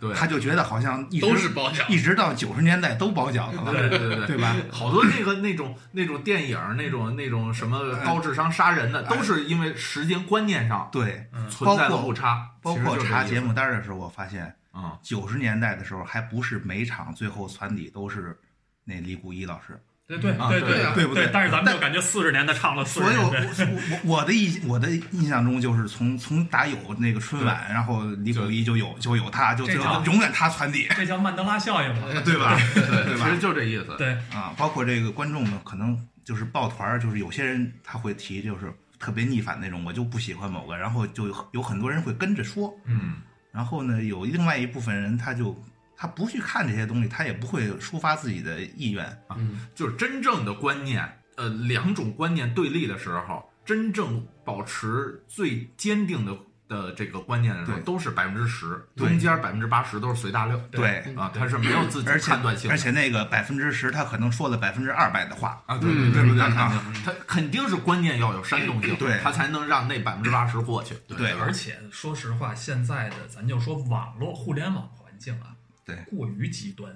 S1: 对，
S5: 他就觉得好像一直
S2: 都是包饺子
S5: 一直到九十年代都包饺子
S1: 对
S5: 了，
S1: 对对对
S5: 对。吧？
S1: 好多那个那种那种电影儿那种那种什么高智商杀人
S5: 哎
S1: 的，都是因为时间观念上
S5: 对，
S1: 存在的误差，
S5: 包括
S1: 其实就这
S5: 查
S1: 意思
S5: 节目，单的时候，我发现
S1: 嗯，
S5: 九十年代的时候，还不是每场最后船底都是那李谷一老师，
S4: 对对
S1: 啊
S4: 对
S1: 对
S4: 对
S1: 啊
S5: 对不对
S4: 但是咱们就感觉四十年的唱了四
S5: 所
S4: 十
S5: 有
S4: 年
S5: 我
S4: 代，
S5: 我我我的印我的印象中就是从从打有那个春晚，然后李谷一就有就有他，就
S4: 这
S5: 就
S4: 叫
S5: 永远他传底，
S4: 这叫曼德拉效
S1: <laughs>
S4: 应嘛？
S5: 对吧？
S1: 对，
S5: 对
S1: 其实
S5: 吧？
S1: 就这意思。
S4: 对，
S5: 啊，包括这个观众们可能就是抱团儿，就是有些人他会提就是特别逆反那种，我就不喜欢某个，然后就有有很多人会跟着说，
S1: 嗯，
S5: 然后呢，有另外一部分人他就他不去看这些东西，他也不会抒发自己的意愿啊。
S2: 嗯，
S1: 就是真正的观念，呃，两种观念对立的时候，真正保持最坚定的的这个观念的时候，
S5: 对
S1: 都是百分之十，
S5: 对
S1: 中间百分之八十都是随大流
S5: 对，
S2: 嗯
S1: 啊，
S2: 对
S1: 他是没有自己
S5: 而且
S1: 判断性的
S5: 而且那个百分之十，他可能说了百分之二百的话。
S1: 啊，对
S2: 嗯
S1: 对对对，
S5: 嗯
S1: 肯定，他肯定是观念要有煽动性，
S5: 对
S1: 他才能让那百分之八十过去，
S5: 对
S4: 而且说实话，现在的咱就说网络互联网环境啊，
S5: 对
S4: 过于极端，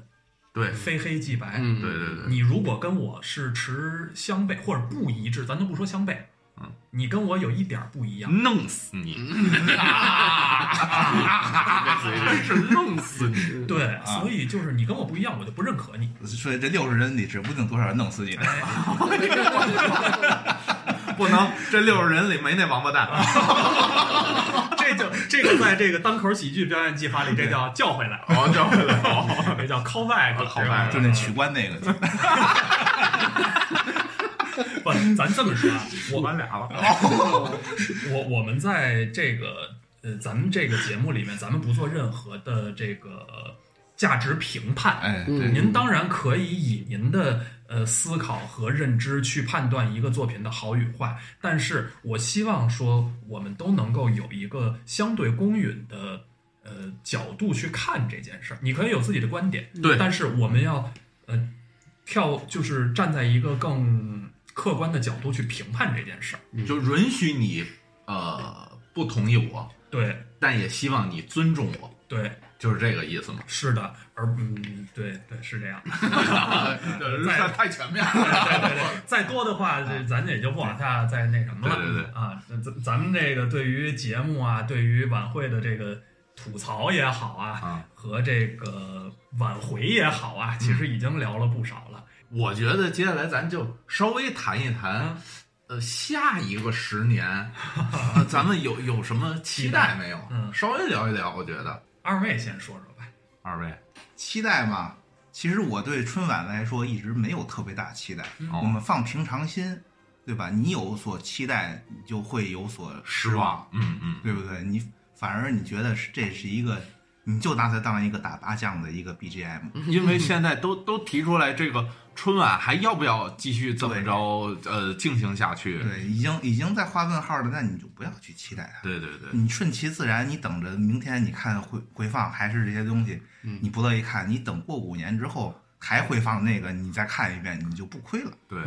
S1: 对
S4: 非黑即白。
S2: 嗯
S1: 对对对，
S4: 你如果跟我是持相悖或者不一致，咱都不说相悖，
S1: 嗯，
S4: 你跟我有一点儿不一样，
S1: 弄死你，
S4: <laughs>
S1: 真是弄死你，
S4: 对，所以就是你跟我不一样，我就不认可你。
S5: <laughs>
S4: 哎
S5: 所以这六十人里，指不定多少人弄死
S1: <laughs>
S5: 你呢。
S1: 不能，这六十人里没那王八 <laughs> 蛋，
S4: 这就这个在这个单口喜剧表演技法里，这叫叫回来，哦
S1: 好，叫回来，好。
S4: 这叫 call back。
S1: callback
S5: 就那取关那个，
S4: 不，咱这么说啊， <laughs> 我
S1: 完俩了，
S4: 我我们在这个呃，咱们这个节目里面，咱们不做任何的这个价值评判。
S5: 哎，
S2: 嗯
S5: 对，
S4: 您当然可以以您的呃思考和认知去判断一个作品的好与坏，但是我希望说我们都能够有一个相对公允的呃角度去看这件事儿。你可以有自己的观点，
S1: <laughs> 对
S4: 但是我们要呃跳，就是站在一个更客观的角度去评判这件事儿。
S1: 就允许你呃不同意我，
S4: 对
S1: 但也希望你尊重我，
S4: 对，
S1: 就是这个意
S4: <laughs>
S1: 思嘛。
S4: 是的，而嗯，对对是这样。 <laughs>
S1: <laughs> 太太全面
S4: 啊对
S1: 了，
S4: 对对，再多的话，这咱也就不往下再那什么了。
S1: 对对对
S4: 啊，那咱咱们这个对于节目啊，对于晚会的这个吐槽也好啊，
S1: 啊
S4: 和这个挽回也好啊，其实已经聊了不少了。
S1: 我觉得接下来咱就稍微谈一谈，呃，下一个十
S4: <laughs>
S1: 年，呃咱们有有什么期待没有？
S4: 嗯
S1: 稍微聊一聊，我觉得
S4: 二位先说说吧。
S1: 二位
S5: 期待嘛。其实我对春晚来说一直没有特别大期待，
S4: 嗯
S5: 我们放平常心，对吧？你有所期待，你就会有所
S1: 失
S5: 失望，，
S1: 嗯嗯，
S5: 对不对？你反而你觉得是这是一个，你就拿它当一个打麻将的一个 BGM，
S1: <laughs> 因为现在都都提出来这个春晚还要不要继续这么着呃进行下去？
S5: 对，已经已经在画问号了，那你就不要去期待它。
S1: 对对对，
S5: 你顺其自然，你等着明天你看回回放还是这些东西，你不乐意看，你等过五年之后还回放那个，你再看一遍，你就不亏 <laughs> 了。
S1: 对，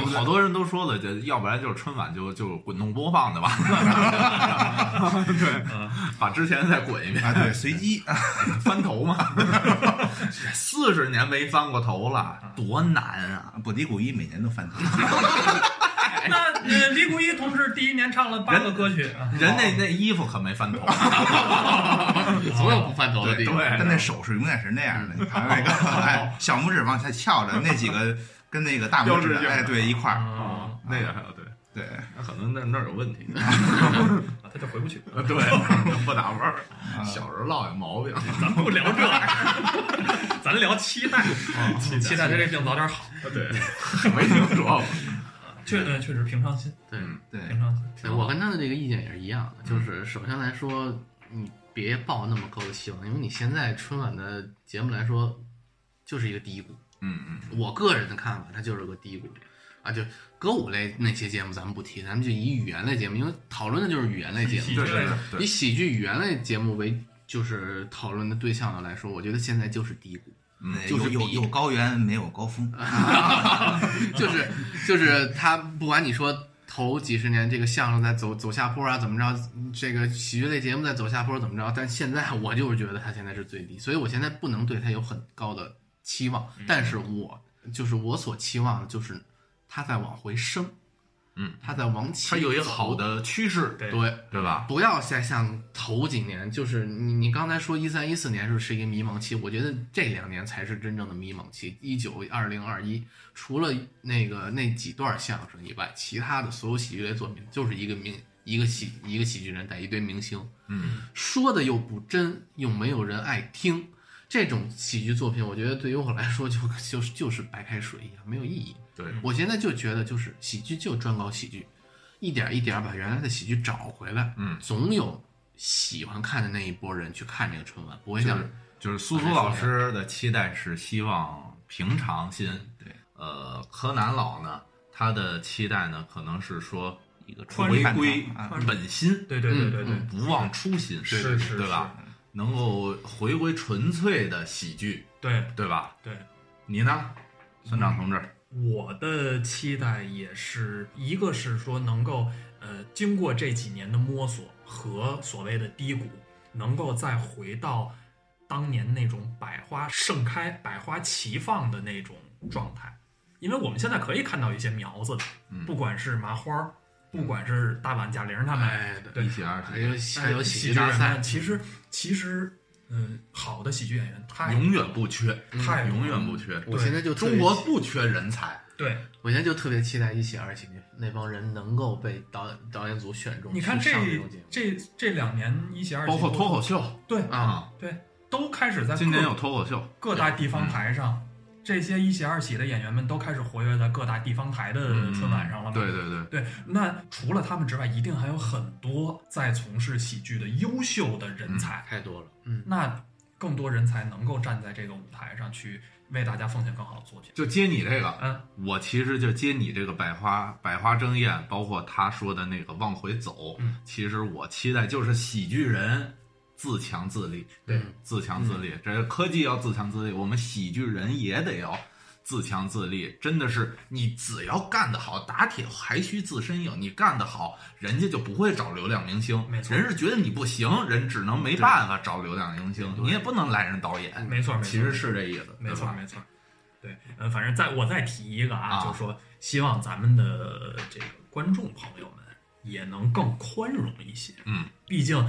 S1: 好好多人都说了，这要不然就是春晚就就滚动播放的 <laughs> 吧，对，把之前再滚一遍，
S5: 啊，对，随机啊，
S1: 翻头嘛，四十年没翻过头了，多难啊！
S5: 不迪古一每年都翻头，
S4: 那呃，李谷一同志第一年唱了八个歌曲啊，
S1: 人那那衣服可没翻头，
S2: 总有不翻头的地方。
S1: 对
S5: 但那手势永远是那样
S1: 嗯
S5: 的，你看
S1: <laughs>
S5: 那个，哎，小拇指往下翘着，那几个跟那个大拇
S1: 标
S5: 指
S1: 志，性嗯
S5: 哎，对，一块儿，
S4: 啊，
S1: 那个还有对，
S5: 对，
S1: 嗯那可能那那儿有问题，
S4: 啊他就回不去。
S1: 呃对，不打弯儿，
S5: 啊
S1: 小时候落下毛病，
S4: 咱不聊这玩意儿， <laughs> 咱聊期待，
S2: 嗯
S4: 期待他这病早点好。
S1: 对，没听说过，
S4: 确呃确实平常心，
S2: 对
S5: 对，
S4: 平常心。
S2: 对我跟他的这个意见也是一样的，就是首先来说，你别抱那么高的希望，因为你现在春晚的节目来说，就是一个低谷。
S1: 嗯嗯，
S2: 我个人的看法，它就是个低谷啊。就歌舞类那些节目咱们不提，咱们就以语言类节目，因为讨论的就是语言类节
S4: 喜
S2: 目
S1: 嗯
S4: 剧，
S1: 对对对
S2: 以
S1: 对，
S2: 喜剧语言类节目为就是讨论的对象的来说，我觉得现在就是低谷。
S1: 嗯
S5: 对
S2: 就是
S5: 有有
S2: 比
S5: 有高原没有高峰，
S1: 哎
S2: 就是就是他不管你说头几十年这个相声在走走下坡啊，怎么着，这个喜剧类节目在走下坡怎么着，但现在我就是觉得他现在是最低，所以我现在不能对他有很高的期望，
S1: 嗯
S2: 但是我就是我所期望的就是他在往回升，
S1: 嗯，
S2: 他在往起，
S1: 它有一个好。的趋势，
S4: 对
S2: 对，
S1: 对吧？
S2: 不要再像头几年，就是你你刚才说一三一四年是是一个迷茫期，我觉得这两年才是真正的迷茫期。一九、二零、二一，除了那个那几段相声以外，其他的所有喜剧类作品就是一个明一个喜一个喜剧人带一堆明星，
S1: 嗯，
S2: 说的又不真，又没有人爱听。这种喜剧作品，我觉得对于我来说就 <laughs> 就是就是白开水一样，没有意义。
S1: 对，
S2: 我现在就觉得，就是喜剧就专搞喜剧，一点一点把原来的喜剧找回来。
S1: 嗯
S2: 总有喜欢看的那一波人去看这个春晚，不会像
S1: 就是苏苏老师的期待是希望平常心，
S5: 对，
S1: 呃，柯南老呢，他的期待呢，可能是说
S5: 一个
S1: 回
S5: 穿
S1: 归
S5: 啊，
S1: 本心，
S4: 对对对对
S2: 嗯
S4: 对，
S1: 不忘初心，
S4: 是
S1: 对
S4: 是
S1: 对吧？能够回归纯粹的喜剧，
S4: 对
S1: 对吧？
S4: 对，
S1: 你呢，村长同
S4: 嗯
S1: 志？
S4: 我的期待也是一个是说能够呃经过这几年的摸索和所谓的低谷，能够再回到当年那种百花盛开、百花齐放的那种状态，因为我们现在可以看到一些苗子的，
S1: 嗯
S4: 不管是麻花儿，不管是大碗贾玲他们，
S2: 嗯哎的，
S4: 对
S1: 一起二
S2: 还
S1: 十，
S2: 有还有喜剧
S4: 演
S2: 大
S4: 员
S2: 赛，
S4: 其实其实嗯、好的喜剧演员太嗯
S1: 永远不缺，
S4: 太
S1: 永远不缺。
S2: 我现在就特
S1: 中
S2: 别
S1: 国不缺人才，
S4: 对。
S2: 我现在就特别期待一起二喜那那帮人能够被导演导演组选中，
S4: 你看
S2: 去
S4: 这
S2: 上这种节目
S4: 这这两年一喜二喜
S1: 包括
S4: 都
S1: 脱口秀
S4: 对
S2: 啊，
S4: 对，都开始在
S1: 今
S4: 各
S1: 年有脱口秀，
S4: 各大地方台上，这些一喜二喜的演员们都开始活跃在各大地方台的
S1: 嗯
S4: 春晚上了嘛？
S1: 对对对，
S4: 对，那除了他们之外，一定还有很多在从事喜剧的优秀的人才。
S2: 太多了，嗯，
S4: 那更多人才能够站在这个舞台上去为大家奉献更好的作品。
S1: 就接你这个，
S4: 嗯，
S1: 我其实就接你这个百花百花争艳，包括他说的那个往回走，
S4: 嗯
S1: 其实我期待就是喜剧人自强自立，
S4: 对
S2: 嗯
S1: 自强自立，这科技要自强自立，我们喜剧人也得要自强自立。真的是，你只要干得好，打铁还需自身硬。你干得好，人家就不会找流量明星，
S4: 没错
S1: 人是觉得你不行，人只能没办法找流量明星，你也不能赖人导演。
S4: 没错，没错
S1: 其实是这意思，
S4: 嗯没
S1: 对
S4: 错
S1: 吧，
S4: 没错。对，呃，反正再我再提一个啊，
S1: 嗯啊
S4: 就是说，希望咱们的这个观众朋友们也能更宽容一些。
S1: 嗯，
S4: 毕竟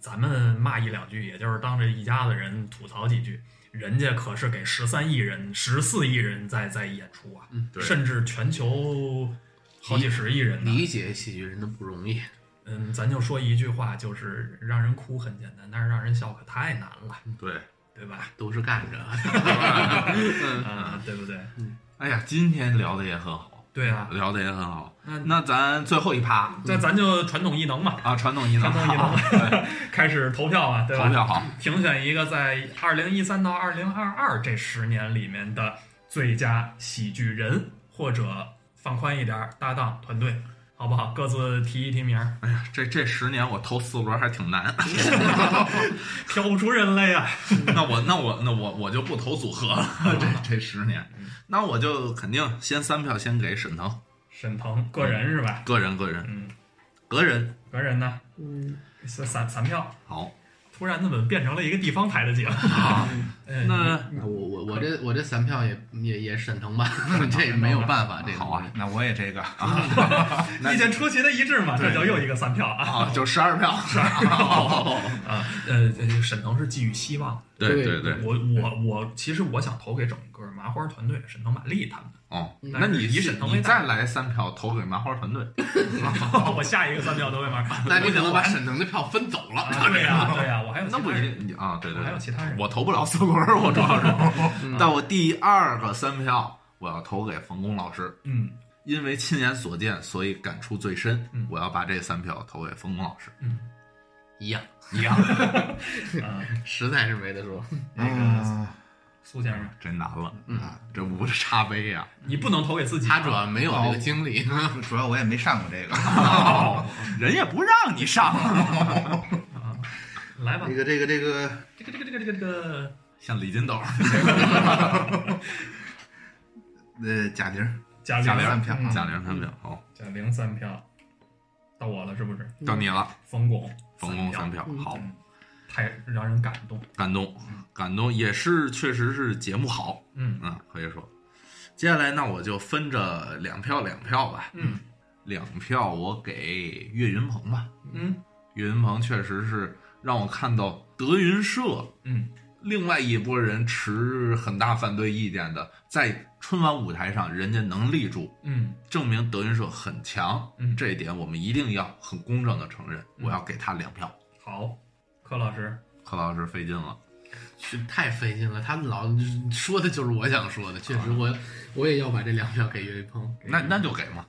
S4: 咱们骂一两句，也就是当着一家子人吐槽几句，人家可是给十三亿人、十四亿人在在演出啊，
S1: 嗯对
S4: 甚至全球好几十亿人呢。
S2: 嗯理解喜剧人的不容易，
S4: 嗯，咱就说一句话，就是让人哭很简单，但是让人笑可太难了，
S1: 对。
S4: 对吧？
S2: 都是干着，
S1: 嗯
S4: 啊，对不对？
S1: 哎呀，今天聊的也很好，
S4: 对啊，
S1: 聊的也很好。
S4: 那
S1: 那咱最后一趴
S4: 那咱就传统艺能嘛，
S1: 啊，传统艺能，
S4: 传统艺能 <laughs> 开始投票啊，对吧？
S1: 投票好，
S4: 评选一个在二零一三到二零二二这十年里面的最佳喜剧人，或者放宽一点儿，搭档团队，好不好？各自提一提名儿，
S1: 这这十年我投四轮还挺难， <laughs>
S4: 挑不出人来呀、
S1: 那我那我那我我就不投组合了，
S4: 啊
S1: 这这十年，那我就肯定先三票先给沈腾，
S4: 沈腾个人是吧？
S1: 个人个人
S4: 嗯，
S1: 个人
S4: 个人呢？嗯，三三三票。
S1: 好，
S4: 突然怎么变成了一个地方台的节目？ <laughs> 嗯
S1: 那
S2: 我我我这我这三票也也也沈腾吧，这也没有办法，这个
S1: 好啊，
S5: 那我也这个啊，
S4: 意见出奇的一致嘛，这就又一个三票啊
S1: 啊就十二票，
S4: 啊！呃，呃沈腾是寄予希望的，
S1: 对
S2: 对
S1: 对，
S4: 我我我，其实我想投给整个麻花团队，沈腾、马丽他们
S1: 哦，
S2: 嗯
S1: 那你
S4: 以沈腾
S1: 你
S4: 为大
S1: 再来三票投给麻花团队，
S4: 的。 <laughs> 我下一个三票都给马花。
S2: 那你可能
S4: <laughs>
S2: 把沈腾的票分走了，
S4: 啊对呀，对呀，我还有其
S1: 那
S4: 他
S1: 不一
S4: 人，
S1: 定你啊，对对
S4: 我还有
S1: 对，
S4: 其他人。
S1: 我投不了四轮，我主
S4: <laughs>
S1: 要是，
S2: <laughs>
S1: 但我第二个三票我要投给冯巩老师，
S4: 嗯
S1: 因为亲眼所见，所以感触最深
S4: 嗯。
S1: 我要把这三票投给冯巩老师。
S4: 嗯
S2: 一样，
S1: 一样，
S4: 啊，
S2: <laughs> 实在是没得说。
S4: 那个
S1: 嗯
S5: 啊
S4: 苏先生，
S1: 真难了，
S2: 嗯
S5: 啊，
S1: 这无着茶杯呀！
S4: 你不能投给自己啊，
S2: 他主要没有这个精力，
S5: 主要我也没上过这个。
S1: <laughs> 嗯
S5: <laughs>
S1: 人也不让你上，
S4: 啊来吧
S5: 这，个这个这个，
S4: 这个这个这个这个这个，
S1: 像李金斗，
S5: 呃，贾玲，
S4: 贾
S1: 贾
S4: 玲
S1: 玲
S5: 三票
S4: 嗯
S1: 贾玲三票，啊好，
S4: 贾玲三票，到我了是不是？
S1: 到你了，
S4: 冯巩，
S1: 冯巩三，票，好，
S4: 嗯太让人感动。
S1: 感动，感动，也是确实是节目好，
S4: 嗯
S1: 嗯，可以说。接下来那我就分着两票两票吧，
S4: 嗯
S1: 两票我给岳云鹏吧，
S4: 嗯
S1: 岳云鹏确实是让我看到德云社
S4: 嗯，
S1: 另外一拨人持很大反对意见的，在春晚舞台上人家能立住，
S4: 嗯
S1: 证明德云社很强，
S4: 嗯
S1: 这一点我们一定要很公正的承认。
S4: 嗯
S1: 我要给他两票。
S4: 好，柯老师，
S1: 柯老师费劲了，
S2: 是太费劲了。他老说的就是我想说的，确实我我也要把这两票给岳云鹏，
S1: 那那就给嘛。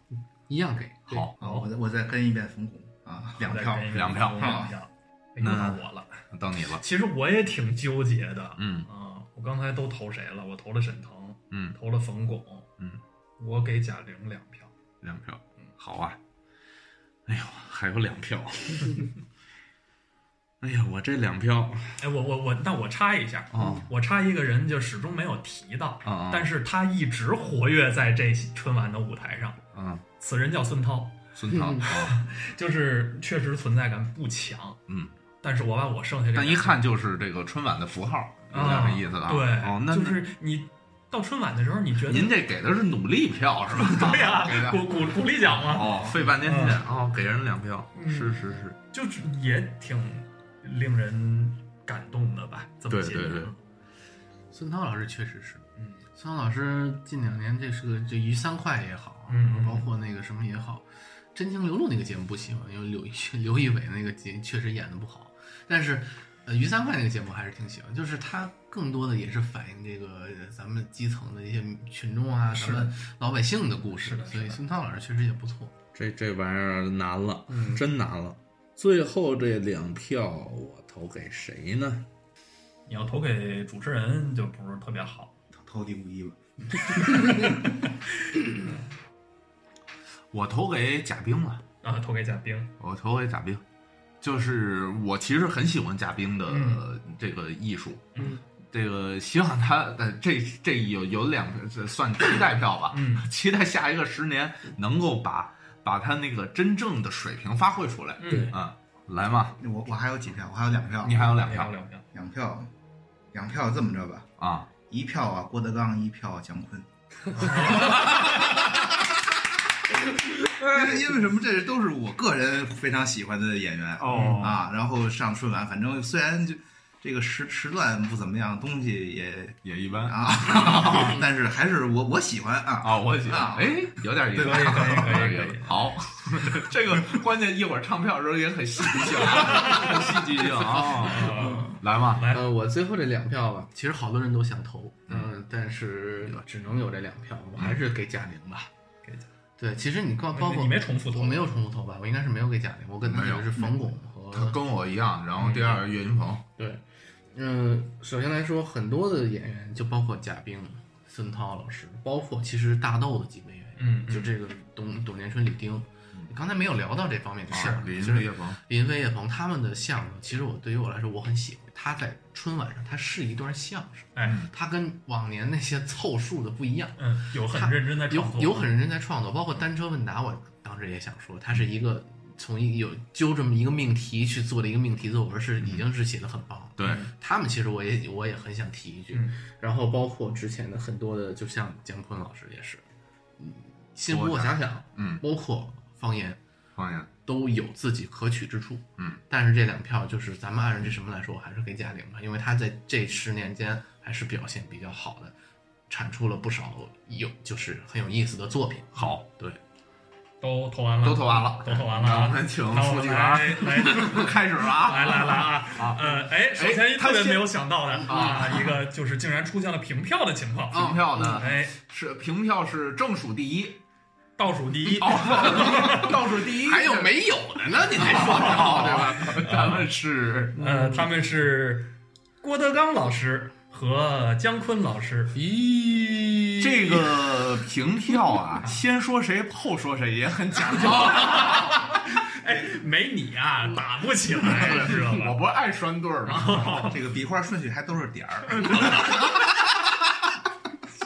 S2: 一样给。对，
S1: 好，
S5: 啊我再我再跟一遍冯巩啊，两票
S4: 再给你
S1: 两票
S4: 两票。又到我了。
S1: 到你了，
S4: 其实我也挺纠结的啊、
S1: 嗯
S4: 我刚才都投谁了？我投了沈腾，
S1: 嗯，
S4: 投了冯巩，
S1: 嗯，
S4: 我给贾玲两票。
S1: 两票，好啊，哎呦，还有两票，哎呀，我这两票
S4: 哎，我我我，那我插一下，
S1: 哦
S4: 我插一个人就始终没有提到，
S1: 啊啊
S4: 但是他一直活跃在这春晚的舞台上。
S1: 啊，
S4: 此人叫孙涛，
S1: 孙
S2: 嗯
S1: 涛啊，
S4: 就是确实存在感不强，
S1: 嗯，
S4: 但是我把我剩下这
S1: 但
S4: 两
S1: 一看就是这个春晚的符号，有点
S4: 啊
S1: 这意思啊。
S4: 对，
S1: 哦，那
S4: 就是你到春晚的时候，你觉
S1: <laughs>
S4: 得
S1: 您这给的是努力票是吧？ <laughs>
S4: 对呀、
S1: 给的
S4: 鼓鼓鼓励奖嘛，
S1: 哦，费半天劲哦，给人两票，
S4: 嗯
S1: 是是是，
S4: 就是也挺令人感动的吧？这么
S1: 对
S4: 些
S1: 对
S4: 年
S1: 对
S2: 孙涛老师确实是，
S4: 嗯，
S2: 孙涛老师近两年这是个这鱼三块也好，
S4: 嗯
S2: 包括那个什么也好，《真情流露》那个节目不喜欢，因为刘刘仪伟那个节确实演的不好，但是。呃，于三块那个节目还是挺喜欢，就是它更多的也是反映这个呃咱们基层的一些群众啊，
S4: 是
S2: 咱
S4: 的
S2: 们老百姓的故事，
S4: 是的是
S2: 所以
S4: 的
S2: 孙涛老师确实也不错。
S7: 这这玩意儿难了，
S2: 嗯
S7: 真难了。最后这两票我投给谁呢？
S4: 你要投给主持人就不是特别好。
S5: 投第五一吧。
S1: 我投给贾冰了，
S4: 啊，投给贾冰，
S1: 我投给贾冰，就是我其实很喜欢贾冰的
S4: 嗯
S1: 这个艺术，
S4: 嗯，
S1: 这个希望他呃这这有有两这算期待票吧，
S4: 嗯，
S1: <laughs> 期待下一个十年能够把把他那个真正的水平发挥出来，
S4: 嗯，
S1: 啊，来嘛，
S5: 我我还有几票，我还有两票，
S1: 你还有两
S4: 两
S1: 票
S4: 票两票，
S5: 两票，两票这么着吧，
S1: 啊，
S5: 一票啊郭德纲，一票姜昆。因为因为什么？这都是我个人非常喜欢的演员
S4: 哦
S5: 啊。然后上春晚，反正虽然就这个时时段不怎么样，东西也
S1: 也一般
S5: 啊，但是还是我我喜欢啊。
S1: 啊，我觉得
S5: 啊
S1: 哎，有点意思，啊
S4: 可以可以可以可以
S1: 好，这个关键一会儿唱票的时候也很戏剧性啊，很戏剧性啊，
S4: 啊
S1: 来嘛，
S4: 来，
S2: 呃，我最后这两票吧，其实好多人都想投，嗯、但是只能有这两票，我还是给贾玲吧。
S4: 嗯给贾
S2: 对，其实你告包括
S4: 你没重复投，
S2: 我没有重复投吧，我应该是没有给贾玲，我跟他
S1: 没有
S2: 就是冯巩和
S1: 他跟我一样，然后第二岳云鹏，
S2: 对，嗯、首先来说，很多的演员就包括贾冰、孙涛老师，包括其实大豆的几位演员，
S4: 嗯，嗯
S2: 就这个董董年春、李丁，刚才没有聊到这方面的事儿
S1: 啊，林
S2: 就是
S1: 岳鹏，
S2: 林飞、叶鹏他们的相声，其实我对于我来说我很喜欢。他在春晚上，他是一段相声，
S4: 哎，
S2: 他跟往年那些凑数的不一样，
S4: 嗯，有很认真在
S2: 有
S4: 创作，
S2: 有很认真在创作。包括单车问答，我当时也想说，它是一个从一有揪这么一个命题去做的一个命题作文，是已经是写的很棒了。
S1: 对，
S2: 他们其实我也我也很想提一句，
S4: 嗯
S2: 然后包括之前的很多的，就像姜昆老师也是，嗯，新不
S1: 我
S2: 我
S1: 想
S2: 想想，
S1: 嗯，
S2: 包括方言，
S1: 方言，
S2: 都有自己可取之处。
S1: 嗯，
S2: 但是这两票就是咱们按照这什么来说，我还是给贾玲吧，因为她在这十年间还是表现比较好的，产出了不少有就是很有意思的作品。
S1: 好，
S2: 对，
S4: 都投完了，
S1: 都投完了
S4: 都投完了
S1: 那我
S4: 啊，
S1: 们请
S4: 嗯那我
S1: 书
S4: 们
S1: 记
S4: 来
S1: 员
S4: 来
S1: 开始了啊，
S4: 来来来啊！
S1: 啊
S4: 呃，哎，首先一
S1: 他
S4: 特别
S1: 先
S4: 没有想到的
S1: 啊
S4: 啊，一个就是竟然出现了平票的情况。
S2: 哦
S1: 平票呢
S4: 哎，
S1: 是平票是正数第一，
S4: 倒数第
S2: 哦
S4: 一，
S1: 倒数第一，啊
S2: 还有没有的 <laughs> 呢？你才说呢对吧？
S1: 对吧？咱们是
S4: 呃，他们是郭德纲老师和姜昆老师。
S2: 咦，
S1: 这个平票 <laughs> 啊，先说谁后说谁也很讲究。
S4: 哎，没你啊，打不起来，知道
S1: 我 <laughs>
S4: 吧？
S1: 不是爱拴对儿吗？
S5: 这个笔画顺序还都是点儿，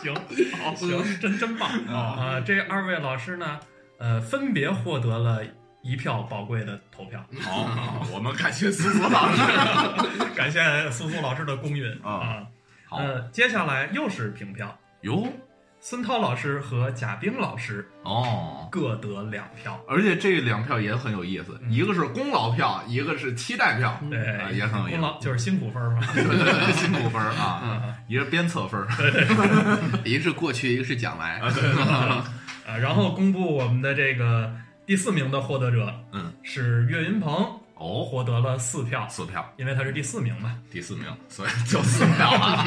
S4: 行，
S1: 嗯
S4: 好，行，真真棒啊！这二位老师呢，呃，分别获得了一票宝贵的投票。
S1: 好，好我们感谢苏苏老师。
S4: 感谢苏苏老师的公允
S1: 啊
S4: 啊。
S1: 好
S4: 呃，接下来又是平票，
S1: 哟，
S4: 孙涛老师和贾冰老师
S1: 哦，
S4: 各得两票。
S1: 而且这两票也很有意思，
S4: 嗯
S1: 一个是功劳票，一个是期待票，
S4: 对
S1: 啊，也很有意
S4: 功
S1: 思。
S4: 劳就是辛苦分嘛。
S1: 对对对， <laughs> 辛苦分儿啊
S4: 嗯，
S1: 一个是鞭策分儿， <laughs>
S2: 一个是过去，一个是将来。
S4: 啊，然后公布我们的这个第四名的获得者，
S1: 嗯，
S4: 是岳云鹏，
S1: 哦，
S4: 获得了四票，
S1: 四票，
S4: 因为他是第四名嘛。
S1: 第四名，所以就四票 <laughs> 了，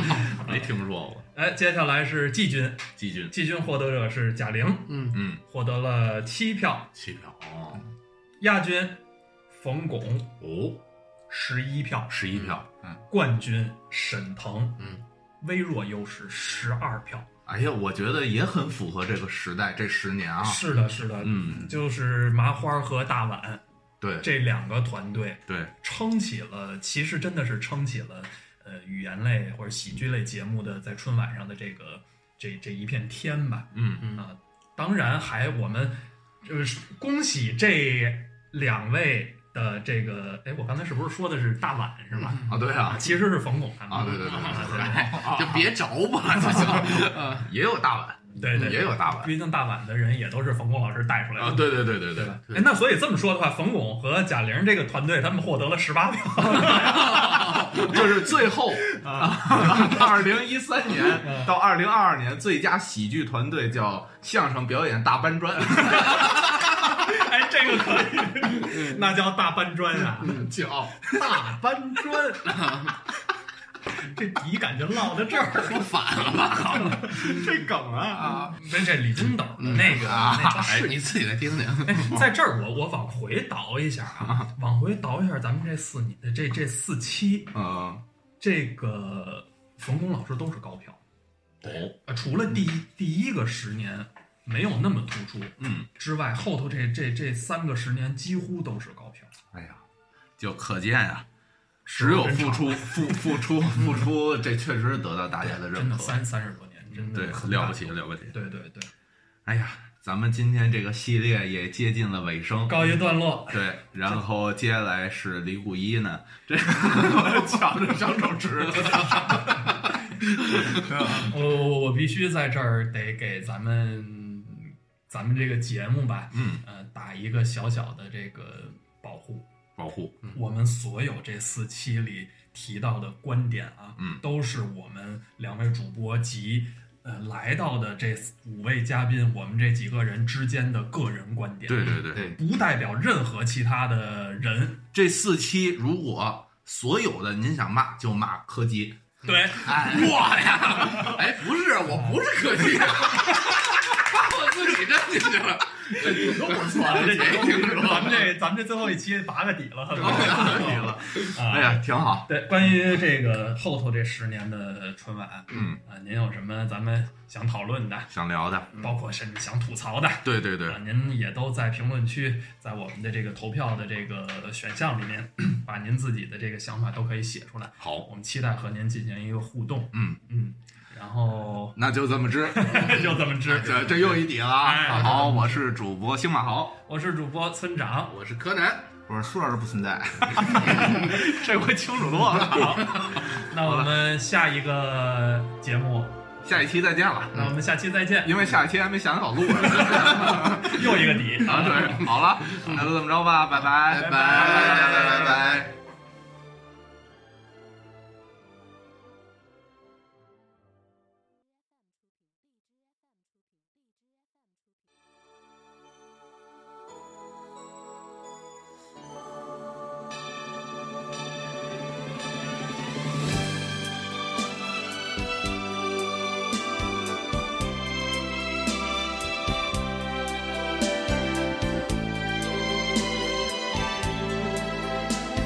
S1: 没听说过
S4: 哎，接下来是季军，
S1: 季军，
S4: 季军获得者是贾玲，
S2: 嗯，
S1: 嗯，
S4: 获得了七票，
S1: 七票，哦，
S4: 亚军冯巩
S1: 哦，
S4: 十一票，
S1: 十一票。
S4: 冠军沈腾，
S2: 嗯，
S4: 微弱优势十二票。
S1: 哎呀，我觉得也很符合这个时代，这十年啊，
S4: 是的，是的，
S1: 嗯，
S4: 就是麻花和大碗
S1: 对
S4: 这两个团队
S1: 对，
S4: 撑起了，其实真的是撑起了呃语言类或者喜剧类节目的在春晚上的这个这这一片天吧。
S1: 嗯
S4: 啊，当然还我们就是恭喜这两位的这个，哎，我刚才是不是说的是大碗是吧？
S1: 啊，对啊，
S4: 其实是冯巩他们
S1: 啊，对对对对对，
S4: 哦
S2: 就别着吧，就行。
S4: 嗯
S1: <laughs> 也有大碗
S4: <laughs> 对对，
S1: 也有大碗
S4: 毕竟大碗的人也都是冯巩老师带出来的
S1: 啊，对对对对对
S4: 对，吧？哎，那所以这么说的话，冯巩和贾玲这个团队，他们获得了十八票。
S1: 就是最后
S4: 嗯
S1: 啊二零一三年到二零二二年最佳喜剧团队叫相声表演大搬砖，
S4: 哎，这个可以， <laughs> 那叫大搬砖啊！
S2: 叫
S4: <laughs> 大搬砖，这底感就落到这儿了，
S2: 反了吧？
S4: 这梗啊啊！这这李金斗的那个
S2: 啊 <laughs>
S1: 啊
S4: 那个哎
S2: 是哎你自己来听听。
S4: 在这儿我我往回倒一下啊，往回倒一下，咱们这四年这这四期，
S1: 嗯，
S4: 这个冯巩老师都是高票，哦，除了第一第一个十年没有那么突出，
S1: 嗯，
S4: 之外，后头这这这三个十年几乎都是高票，
S1: 哎呀，就可见啊。只有付出、付付出、付出，这确实得到大家的
S4: 真
S1: 认
S4: 的
S1: 可，
S4: 三三十多年，真的
S1: 对，
S4: 很大
S1: 了不起，，了不起。
S4: 对对对，
S1: 哎呀，咱们今天这个系列也接近了尾声，
S4: 告一段落。
S1: 对，然后接下来是李谷一呢， <laughs> 这我抢着张手指
S4: 我呃我我必须在这儿得给咱们咱们这个节目吧，
S1: <laughs> 嗯，
S4: 呃，打一个小小的这个保护。
S1: 保护，
S4: 我们所有这四期里提到的观点啊，
S1: 嗯
S4: 都是我们两位主播及呃来到的这五位嘉宾，我们这几个人之间的个人观点，
S1: 对对对，
S5: 对
S4: 不代表任何其他的人。
S1: 这四期如果所有的您想骂就骂柯 <laughs> 基，
S4: 对，
S2: 我呀，
S1: <laughs>
S2: 哎，不是，我不是科技， <laughs> 我自己扔进去了，这
S4: 哎
S2: 你都不错
S4: 完了，这
S2: 谁听说？
S4: 咱们这咱们这最后一期拔个底了，拔
S1: 可以了，哎呀，挺好，
S4: 对，关于这个后头这十年的春晚，
S1: 嗯
S4: 啊，您有什么咱们想讨论的，
S1: 想聊的，
S4: 包括甚至想吐槽的，
S1: 对对对
S4: 啊，，您也都在评论区，在我们的这个投票的这个选项里面， <clears throat> 把您自己的这个想法都可以写出来。
S1: 好
S4: 我们期待和您进行一个互动。
S1: 嗯
S4: 嗯，然后
S1: 那就 <laughs> 这么知，
S4: <laughs> 就这么知。
S1: 这这又一底了
S4: 哎
S1: 啊！好，我是主播星马豪，
S4: 我是主播村长，
S2: 我是柯南，
S5: 我说苏老师不存在。
S4: 这回清楚多了。好， <laughs> 那我们下一个节目，
S1: 下一期再见了，
S4: 那我们下期再见。
S1: 因为下一期还没想好录。
S4: <laughs> 又一个底。
S1: 啊，对， <laughs> 好了，那就这么着吧，拜拜，拜
S2: 拜拜
S1: 拜拜拜。
S8: 天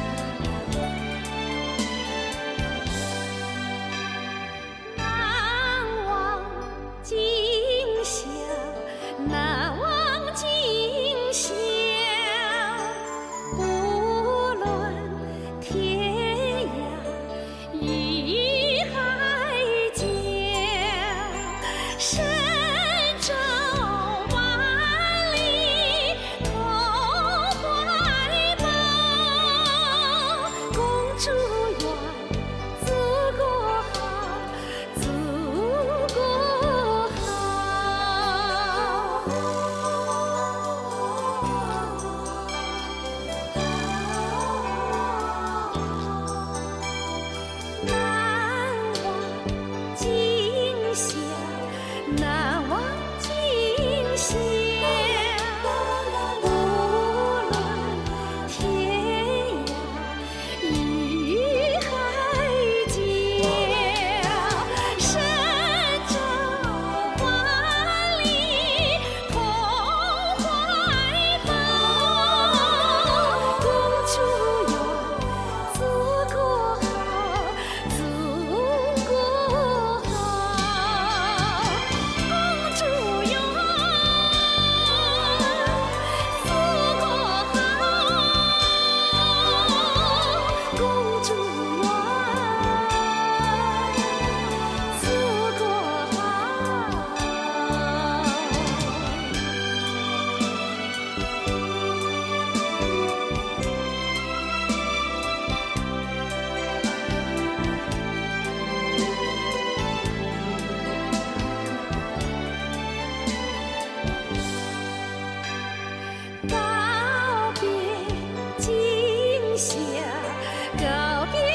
S8: 告别